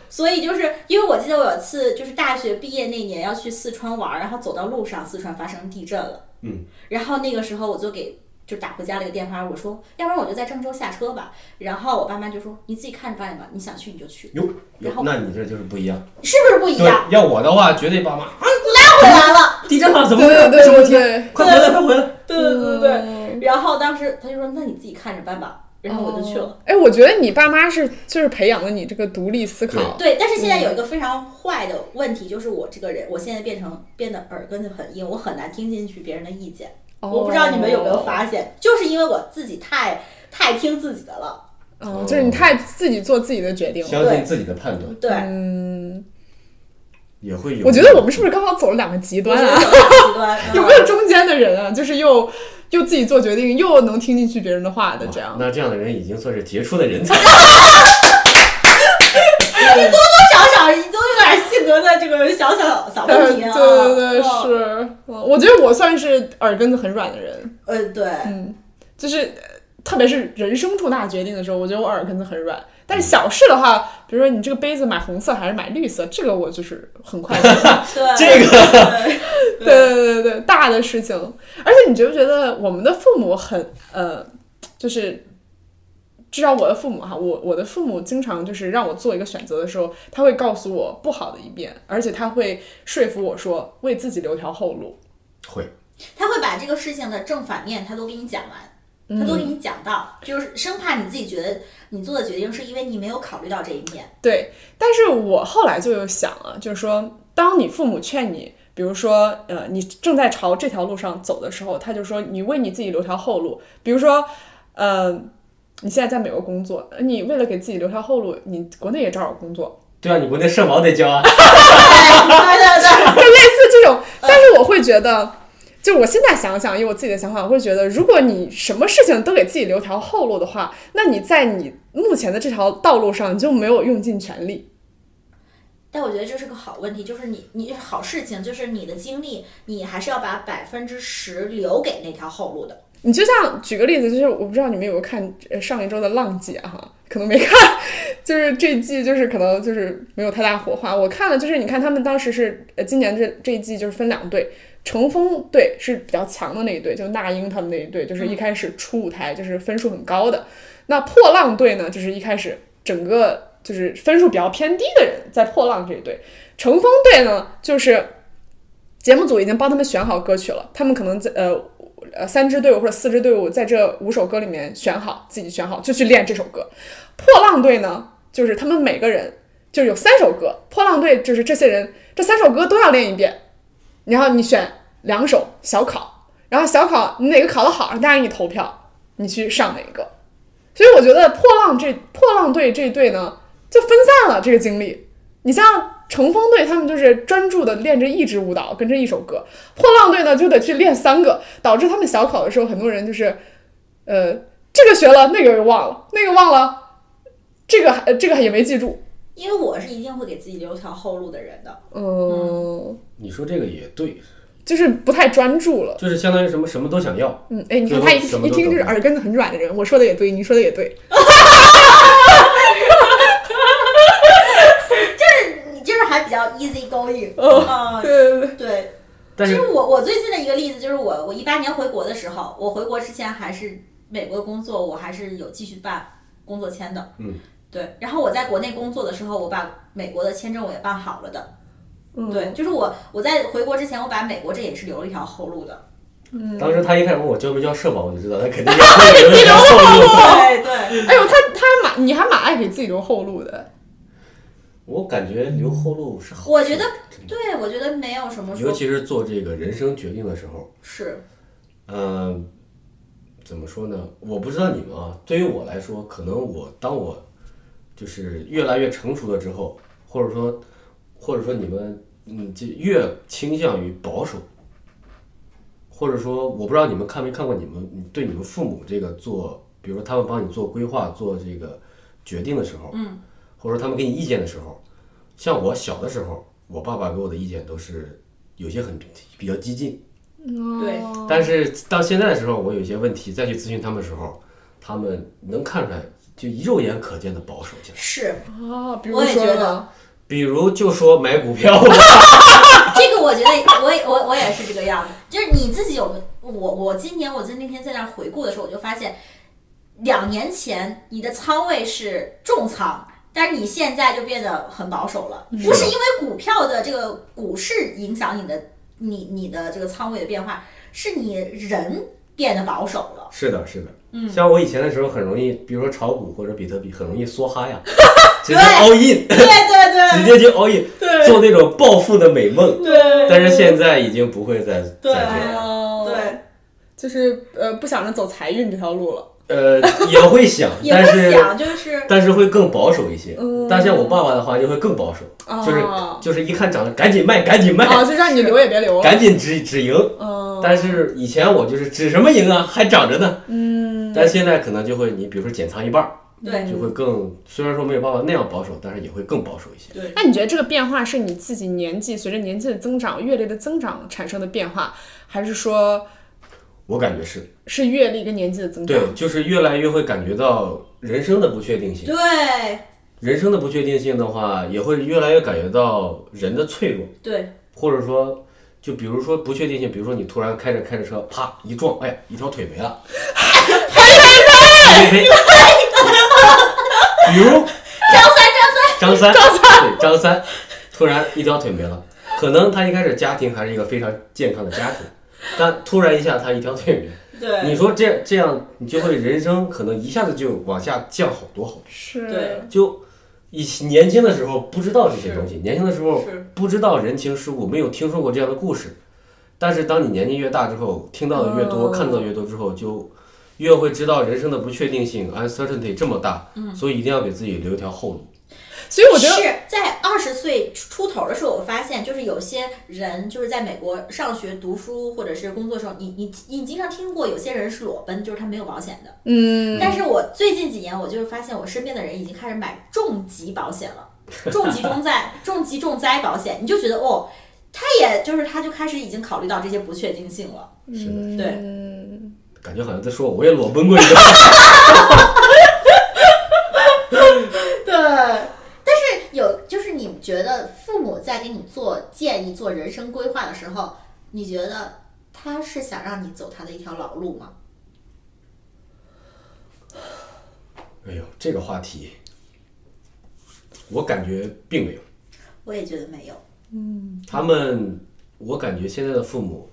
[SPEAKER 2] 所以就是因为我记得我有一次就是大学毕业那年要去四川玩儿，然后走到路上四川发生地震了，
[SPEAKER 3] 嗯，
[SPEAKER 2] 然后那个时候我就给就打回家里个电话，我说要不然我就在郑州下车吧，然后我爸妈就说你自己看着办吧，你想去你就去，
[SPEAKER 3] 哟，
[SPEAKER 2] 然后
[SPEAKER 3] 哟那你这就是不一样。
[SPEAKER 2] 是不是不一
[SPEAKER 3] 对
[SPEAKER 2] 样？，
[SPEAKER 3] 要我的话，绝对爸妈
[SPEAKER 2] 拉回来了，
[SPEAKER 3] 地震了，怎么
[SPEAKER 1] 对
[SPEAKER 3] 回
[SPEAKER 1] 对对
[SPEAKER 3] 事？为什么
[SPEAKER 1] 对
[SPEAKER 3] 地震？
[SPEAKER 1] 对，
[SPEAKER 3] 快回来，快回来！
[SPEAKER 2] 对对对对，然后当时他就说那你自己看着办吧，然后我就去了。
[SPEAKER 1] 哦。哎，我觉得你爸妈是就是培养了你这个独立思考。
[SPEAKER 2] 对，但是
[SPEAKER 1] 嗯
[SPEAKER 2] 现在有一个非常坏的问题，就是我这个人，我现在变成变得耳根子很硬，我很难听进去别人的意见。
[SPEAKER 1] 哦
[SPEAKER 2] 我不知道你们有没有发现，就是因为我自己太太听自己的了。
[SPEAKER 1] 哦，就是你太自己做自己的决定了。
[SPEAKER 3] 相信自己的判断，
[SPEAKER 2] 对，
[SPEAKER 1] 嗯，
[SPEAKER 3] 也会有。
[SPEAKER 1] 我觉得我们是不是刚好走了两个极
[SPEAKER 2] 我
[SPEAKER 1] 端
[SPEAKER 2] 觉得
[SPEAKER 1] 啊？
[SPEAKER 2] 有点极 端。
[SPEAKER 1] 有没有中间的人啊？就是又又自己做决定，又能听进去别人的话的
[SPEAKER 3] 哇
[SPEAKER 1] 这样。
[SPEAKER 3] 那这样的人已经算是杰出的人才。
[SPEAKER 2] 多少 少都有点性格的这个小小小
[SPEAKER 1] 对对
[SPEAKER 2] 问题 啊。
[SPEAKER 1] 呃对，
[SPEAKER 2] 嗯
[SPEAKER 1] 是，嗯我觉得我算是耳根子很软的人，
[SPEAKER 2] 呃，对，
[SPEAKER 1] 嗯 就是呃特别是人生重大决定的时候，我觉得我耳根子很软。但是小事的话，比如说你这个杯子买红色还是买绿色，这个我就是很快就。
[SPEAKER 2] 对，
[SPEAKER 3] 这
[SPEAKER 2] 个，
[SPEAKER 1] 对对对对，大的事情。而且你觉不觉得我们的父母很呃，就是至少我的父母哈，我我的父母经常就是让我做一个选择的时候，他会告诉我不好的一面，而且他会说服我说为自己留条后路。
[SPEAKER 3] 会，
[SPEAKER 2] 他会把这个事情的正反面他都给你讲完，他都给
[SPEAKER 1] 嗯
[SPEAKER 2] 你讲到，就是生怕你自己觉得你做的决定是因为你没有考虑到这一 面。
[SPEAKER 1] 对，但是我后来就有想了，就是说，当你父母劝你，比如说，呃，你正在朝这条路上走的时候，他就说你为你自己留条后路。比如说，呃，你现在在美国工作，呃你为了给自己留条后路，你国内也找找工作，
[SPEAKER 3] 对啊，你国内社保得交啊。
[SPEAKER 2] 对对对。
[SPEAKER 1] 就类似这种。但是我会觉得。就我现在想想，以我自己的想法，我会觉得，如果你什么事情都给自己留条后路的话，那你在你目前的这条道路上，你就没有用尽全力。
[SPEAKER 2] 但我觉得这是个好问题，就是你你好事情，就是你的精力，你还是要把百分之十留给那条后路的。
[SPEAKER 1] 你就像举个例子，就是我不知道你们有没有看呃上一周的《浪姐》哈，可能没看， 就是这季就是可能就是没有太大火花。我看了，就是你看他们当时是呃今年这这一季就是分两队，乘风队是比较强的那一队，就那英他们那一队，就是一开始出舞台就是分数很高的。那破浪队呢，就是一开始整个就是分数比较偏低的人在破浪这一队，乘风队呢就是。节目组已经帮他们选好歌曲了，他们可能在呃呃三支队伍或者四支队伍在这五首歌里面选好，自己选好就去练这首歌。破浪队呢，就是他们每个人就是有三首歌，破浪队就是这些人这三首歌都要练一遍，然后你选两首小考，然后小考你哪个考得好，让大家给你投票，你去上哪个。所以我觉得破浪这破浪队这一队呢，就分散了这个精力。你像成风队他们就是专注的练着一支舞蹈，跟着一首歌；破浪队呢就得去练三个，导致他们小考的时候，很多人就是，呃，这个学了，那个又忘了，那个忘了，这个还呃这个也没记住。
[SPEAKER 2] 因为我是一定会给自己留条后路的人的。
[SPEAKER 1] 嗯，
[SPEAKER 3] 你说这个也对，
[SPEAKER 1] 就是不太专注了。
[SPEAKER 3] 就是相当于什么什么都想要，
[SPEAKER 1] 嗯，哎，你看
[SPEAKER 3] 对
[SPEAKER 1] 他一
[SPEAKER 3] 我什么
[SPEAKER 1] 一
[SPEAKER 3] 都
[SPEAKER 1] 听
[SPEAKER 3] 懂
[SPEAKER 1] 就是耳根子很软的人，我说的也对，你说的也对，
[SPEAKER 2] 你就是还比较 easy going，
[SPEAKER 1] 哦
[SPEAKER 2] 嗯，
[SPEAKER 1] 对对对，
[SPEAKER 2] 对，
[SPEAKER 3] 但
[SPEAKER 2] 就是是我我最近的一个例子，就是我我一八年回国的时候，我回国之前还是美国工作，我还是有继续办工作签的。
[SPEAKER 3] 嗯，
[SPEAKER 2] 对。然后我在国内工作的时候，我把美国的签证我也办好了的。
[SPEAKER 1] 嗯
[SPEAKER 2] 对，就是我我在回国之前，我把美国这也是留了一条后路的。嗯
[SPEAKER 3] 当时他一开始问我交没交社保，我就知道 他肯定要留条后路。
[SPEAKER 2] 对对，
[SPEAKER 1] 哎呦，他他还蛮你还蛮爱给自己留后路的，
[SPEAKER 3] 我感觉留后路是好，
[SPEAKER 2] 我觉得对，我觉得没有什么
[SPEAKER 3] 尤
[SPEAKER 2] 说
[SPEAKER 3] 其是做这个人生决定的时候，
[SPEAKER 2] 是
[SPEAKER 3] 呃，怎么说呢？我不知道你们啊，对于我来说，可能我当我就是越来越成熟了之后，或者说，或者说你们，嗯，就越倾向于保守，或者说，我不知道你们看没看过你们你对你们父母这个做，比如说他们帮你做规划、做这个决定的时候，嗯，或者说他们给你意见的时候，像我小的时候，我爸爸给我的意见都是有些很比较激进。
[SPEAKER 2] 对
[SPEAKER 1] 哦
[SPEAKER 3] 但是到现在的时候，我有一些问题再去咨询他们的时候，他们能看出来，就肉眼可见的保守起来。
[SPEAKER 2] 是，
[SPEAKER 1] 啊，比如
[SPEAKER 2] 我也
[SPEAKER 1] 说
[SPEAKER 2] 觉
[SPEAKER 1] 呢
[SPEAKER 2] 得。
[SPEAKER 3] 比如就说买股票，
[SPEAKER 2] 这个我觉得我也我我也是这个样子，就是你自己有没我我今年我在那天在那儿回顾的时候，我就发现，两年前你的仓位是重仓，但是你现在就变得很保守了，不是因为股票的这个股市影响你的你你的这个仓位的变化，是你人变得保守了。
[SPEAKER 3] 是的，是的，嗯，像我以前的时候很容易，比如说炒股或者比特币，很容易梭哈呀，直接 all in，
[SPEAKER 2] 对对
[SPEAKER 3] 直
[SPEAKER 2] 对，
[SPEAKER 3] 接就 all in，
[SPEAKER 1] 对
[SPEAKER 3] 做那种暴富的美梦。
[SPEAKER 1] 对
[SPEAKER 3] 但是现在已经不会再再这样了，
[SPEAKER 1] 哦，，就是呃，不想着走财运这条路了。
[SPEAKER 3] 呃，也会想
[SPEAKER 2] 也
[SPEAKER 3] 但
[SPEAKER 2] 会
[SPEAKER 3] 是
[SPEAKER 2] 想就是
[SPEAKER 3] 但是会更保守一些。
[SPEAKER 1] 嗯
[SPEAKER 3] 但像我爸爸的话就会更保守，就是
[SPEAKER 1] 哦
[SPEAKER 3] 就是一看涨了赶紧卖，赶紧卖，
[SPEAKER 1] 啊，就让你留也别留了。
[SPEAKER 3] 赶紧止止盈。
[SPEAKER 1] 嗯
[SPEAKER 3] 但是以前我就是止什么盈啊，还涨着呢。
[SPEAKER 1] 嗯，
[SPEAKER 3] 但现在可能就会，你比如说减仓一半儿，
[SPEAKER 2] 对
[SPEAKER 3] 就会更虽然说没有办法那样保守，但是也会更保守一些。
[SPEAKER 2] 对
[SPEAKER 1] 那你觉得这个变化是你自己年纪随着年纪的增长、阅历的增长产生的变化，还是说
[SPEAKER 3] 我感觉是
[SPEAKER 1] 是阅历跟年纪的增长？
[SPEAKER 3] 对，就是越来越会感觉到人生的不确定性。
[SPEAKER 2] 对
[SPEAKER 3] 人生的不确定性的话，也会越来越感觉到人的脆弱，
[SPEAKER 2] 对
[SPEAKER 3] 或者说，就比如说不确定性，比如说你突然开着开着车，啪一撞，哎呀，一条腿没 了，呸呸呸！比如张三，张三，对张三，突然一条腿没了，可能他一开始家庭还是一个非常健康的家庭，但突然一下他一条腿没了，
[SPEAKER 2] 对
[SPEAKER 3] 你说这这样你就会人生可能一下子就往下降好多好多，
[SPEAKER 1] 是
[SPEAKER 2] 对
[SPEAKER 3] 就以年轻的时候不知道这些东西，年轻的时候
[SPEAKER 2] 是
[SPEAKER 3] 不知道人情世故，没有听说过这样的故事，但是当你年纪越大之后，听到的越多，
[SPEAKER 1] 哦
[SPEAKER 3] 看到的越多之后，就越会知道人生的不确定性 uncertainty 这么大，所以一定要给自己留一条后路。
[SPEAKER 1] 所以我觉得
[SPEAKER 2] 是在二十岁出头的时候，我发现就是有些人就是在美国上学、读书或者是工作的时候，你你你经常听过有些人是裸奔，就是他没有保险的。
[SPEAKER 1] 嗯，
[SPEAKER 2] 但是我最近几年，我就是发现我身边的人已经开始买重疾保险了，重疾重灾、重疾重灾保险，你就觉得哦，他也就是他就开始已经考虑到这些不确定性了。
[SPEAKER 3] 是的，
[SPEAKER 2] 对
[SPEAKER 1] 嗯
[SPEAKER 3] 感觉好像在说我，我也裸奔过一个。
[SPEAKER 2] 对，但是有就是你觉得父母在给你做建议、做人生规划的时候，你觉得他是想让你走他的一条老路吗？
[SPEAKER 3] 哎呦，这个话题，我感觉并没有。
[SPEAKER 2] 我也觉得没有。
[SPEAKER 3] 他们，我感觉现在的父母，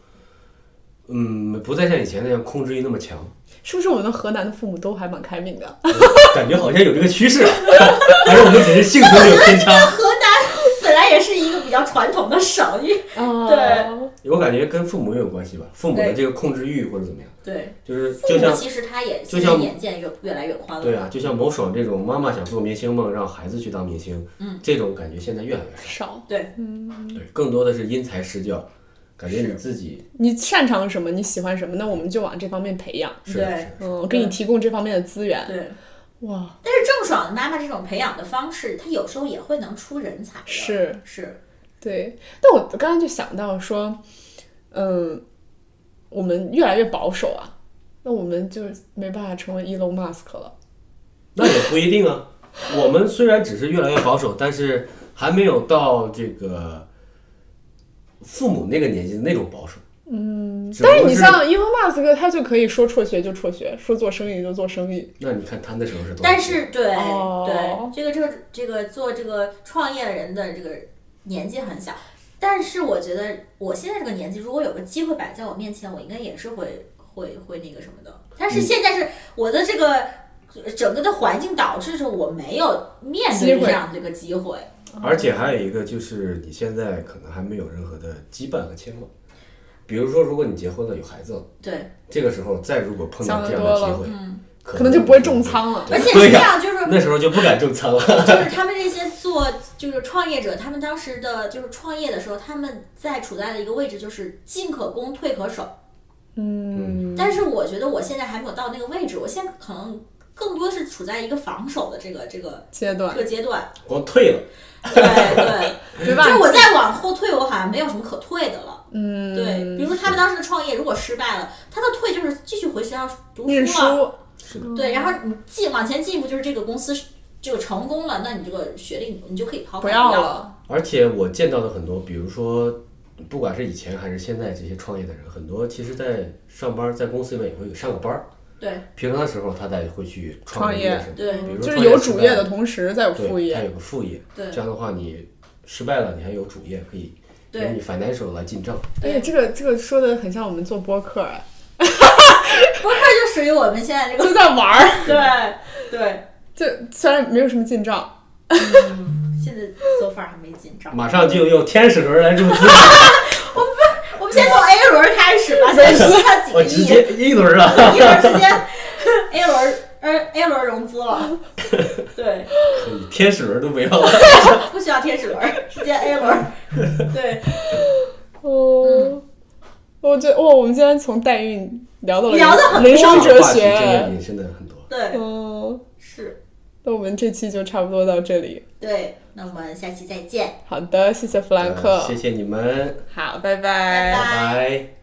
[SPEAKER 3] 嗯，不再像以前那样控制欲那么强，
[SPEAKER 1] 是不是我们河南的父母都还蛮开明 的？
[SPEAKER 3] 感 觉好像有这个趋势，还是我们只是性格有偏差。
[SPEAKER 2] 河南本来也是一个比较传统的省域。
[SPEAKER 1] 啊，
[SPEAKER 2] 对
[SPEAKER 3] 我感觉跟父母也有关系吧，父母的这个控制欲或者怎么样，
[SPEAKER 2] 对，
[SPEAKER 3] 就是
[SPEAKER 2] 父
[SPEAKER 3] 就
[SPEAKER 2] 母
[SPEAKER 3] 像
[SPEAKER 2] 其实他也
[SPEAKER 3] 就
[SPEAKER 2] 现在
[SPEAKER 3] 像
[SPEAKER 2] 眼界越越来越宽了。
[SPEAKER 3] 对啊，就像某爽这种妈妈想做明星梦，让孩子去当明星，嗯，这种感觉现在越来越少，
[SPEAKER 1] 少。
[SPEAKER 3] 对，更多的是因材施教，感觉你自己
[SPEAKER 1] 你擅长什么，你喜欢什么，那我们就往这方面培养。
[SPEAKER 3] 是的
[SPEAKER 2] 对
[SPEAKER 3] 是的
[SPEAKER 1] 嗯，我给你提供这方面的资源。
[SPEAKER 2] 对，
[SPEAKER 1] 哇，
[SPEAKER 2] 但是郑爽的妈妈这种培养的方式，她有时候也会能出人才的。
[SPEAKER 1] 是
[SPEAKER 2] 是，
[SPEAKER 1] 对。但我刚刚就想到说，嗯，我们越来越保守啊，那我们就没办法成为 Elon Musk 了。
[SPEAKER 3] 那也不一定啊。我们虽然只是越来越保守，但是还没有到这个父母那个年纪的那种保守。嗯，
[SPEAKER 1] 但是你像 Elon Musk，他就可以说辍学就辍学，说做生意就做生意。
[SPEAKER 3] 那你看他那时候是多少岁，
[SPEAKER 2] 但是对、
[SPEAKER 1] 哦
[SPEAKER 2] 对，这个这个这个做这个创业的人的这个年纪很小，但是我觉得我现在这个年纪，如果有个机会摆在我面前，我应该也是会会会那个什么的。但是现在是我的这个。整个的环境导致着我没有面
[SPEAKER 1] 机
[SPEAKER 2] 对
[SPEAKER 1] 会
[SPEAKER 2] 这样的一个机会，
[SPEAKER 3] 而且还有一个就是你现在可能还没有任何的羁绊和牵挂。比如说，如果你结婚了有孩子了，
[SPEAKER 2] 对，
[SPEAKER 3] 这个时候再如果碰到
[SPEAKER 1] 想得
[SPEAKER 3] 这样的机
[SPEAKER 1] 多了嗯
[SPEAKER 3] 会，
[SPEAKER 1] 可能就不会重仓了
[SPEAKER 3] 对
[SPEAKER 2] 而且
[SPEAKER 3] 对
[SPEAKER 2] 是这
[SPEAKER 3] 呀、
[SPEAKER 2] 样，就是
[SPEAKER 3] 那时候就不敢重仓了。
[SPEAKER 2] 就是他们这些做就是创业者，他们当时的就是创业的时候，他们在处在的一个位置就是进可攻退可守。
[SPEAKER 1] 嗯，
[SPEAKER 2] 但是我觉得我现在还没有到那个位置，我现在可能更多是处在一个防守的这个这个
[SPEAKER 1] 阶
[SPEAKER 2] 这
[SPEAKER 1] 段
[SPEAKER 2] 个阶段。
[SPEAKER 3] 光退了，
[SPEAKER 2] 对对，
[SPEAKER 1] 没
[SPEAKER 2] 就
[SPEAKER 1] 办
[SPEAKER 2] 是
[SPEAKER 1] 法。
[SPEAKER 2] 我再往后退，我好像没有什么可退的了。
[SPEAKER 1] 嗯，
[SPEAKER 2] 对，比如说他们当时的创业如果失败了，他的退就是继续回学校读
[SPEAKER 1] 念
[SPEAKER 2] 书了。
[SPEAKER 1] 书，
[SPEAKER 3] 是的，
[SPEAKER 2] 对，然后你进往前进一步就是这个公司这个成功了，那你这个学历你就可以抛开
[SPEAKER 1] 不要
[SPEAKER 2] 了。
[SPEAKER 1] 了
[SPEAKER 3] 而且我见到的很多，比如说，不管是以前还是现在这些创业的人，很多其实在上班，在公司里面也会有上个班儿，
[SPEAKER 2] 对
[SPEAKER 3] 平常的时候他再会去
[SPEAKER 1] 创
[SPEAKER 3] 业
[SPEAKER 1] 业
[SPEAKER 3] 什么的，
[SPEAKER 2] 对
[SPEAKER 3] 比如
[SPEAKER 1] 就
[SPEAKER 3] 说
[SPEAKER 1] 是
[SPEAKER 3] 创
[SPEAKER 1] 有
[SPEAKER 3] 失
[SPEAKER 1] 主
[SPEAKER 3] 败
[SPEAKER 1] 业的
[SPEAKER 3] 了
[SPEAKER 1] 同时再有
[SPEAKER 3] 对
[SPEAKER 1] 副业
[SPEAKER 3] 他。有个副业，
[SPEAKER 2] 对
[SPEAKER 3] 这样的话你失败了，你还有主业可以
[SPEAKER 2] 对
[SPEAKER 3] 给你 financial 来进账，
[SPEAKER 1] 而哎且这个这个说的很像我们做播客，哎，
[SPEAKER 2] 不是，这就属于我们现 在这个。
[SPEAKER 1] 就在玩儿，
[SPEAKER 2] 对对，
[SPEAKER 1] 就虽然没有什么进账，
[SPEAKER 2] 现在 so far 还没进账。
[SPEAKER 3] 马上就用天使轮来注 资，
[SPEAKER 2] 我们先从 A 轮开始吧，先说一下几
[SPEAKER 3] 我
[SPEAKER 2] 个
[SPEAKER 3] 直
[SPEAKER 2] 亿，
[SPEAKER 3] 接一轮了。
[SPEAKER 2] 一会儿直接 A 轮呃 A 轮融资了。对，
[SPEAKER 3] 所以 天使轮都不要了。
[SPEAKER 2] 不需要天使轮，直接 A 轮。对，
[SPEAKER 1] 哦，我觉得哇，我们今天从代孕聊到了
[SPEAKER 2] 聊得很多
[SPEAKER 1] 人生哲
[SPEAKER 3] 话题真的
[SPEAKER 1] 学，
[SPEAKER 3] 引申的很多。
[SPEAKER 2] 对，
[SPEAKER 1] 嗯，
[SPEAKER 2] 是，
[SPEAKER 1] 那我们这期就差不多到这里。
[SPEAKER 2] 对。那我们下期再见，
[SPEAKER 1] 好的，谢谢弗兰克
[SPEAKER 3] 呃呃，谢谢你们，
[SPEAKER 1] 好，拜拜
[SPEAKER 2] 拜拜
[SPEAKER 3] 拜拜。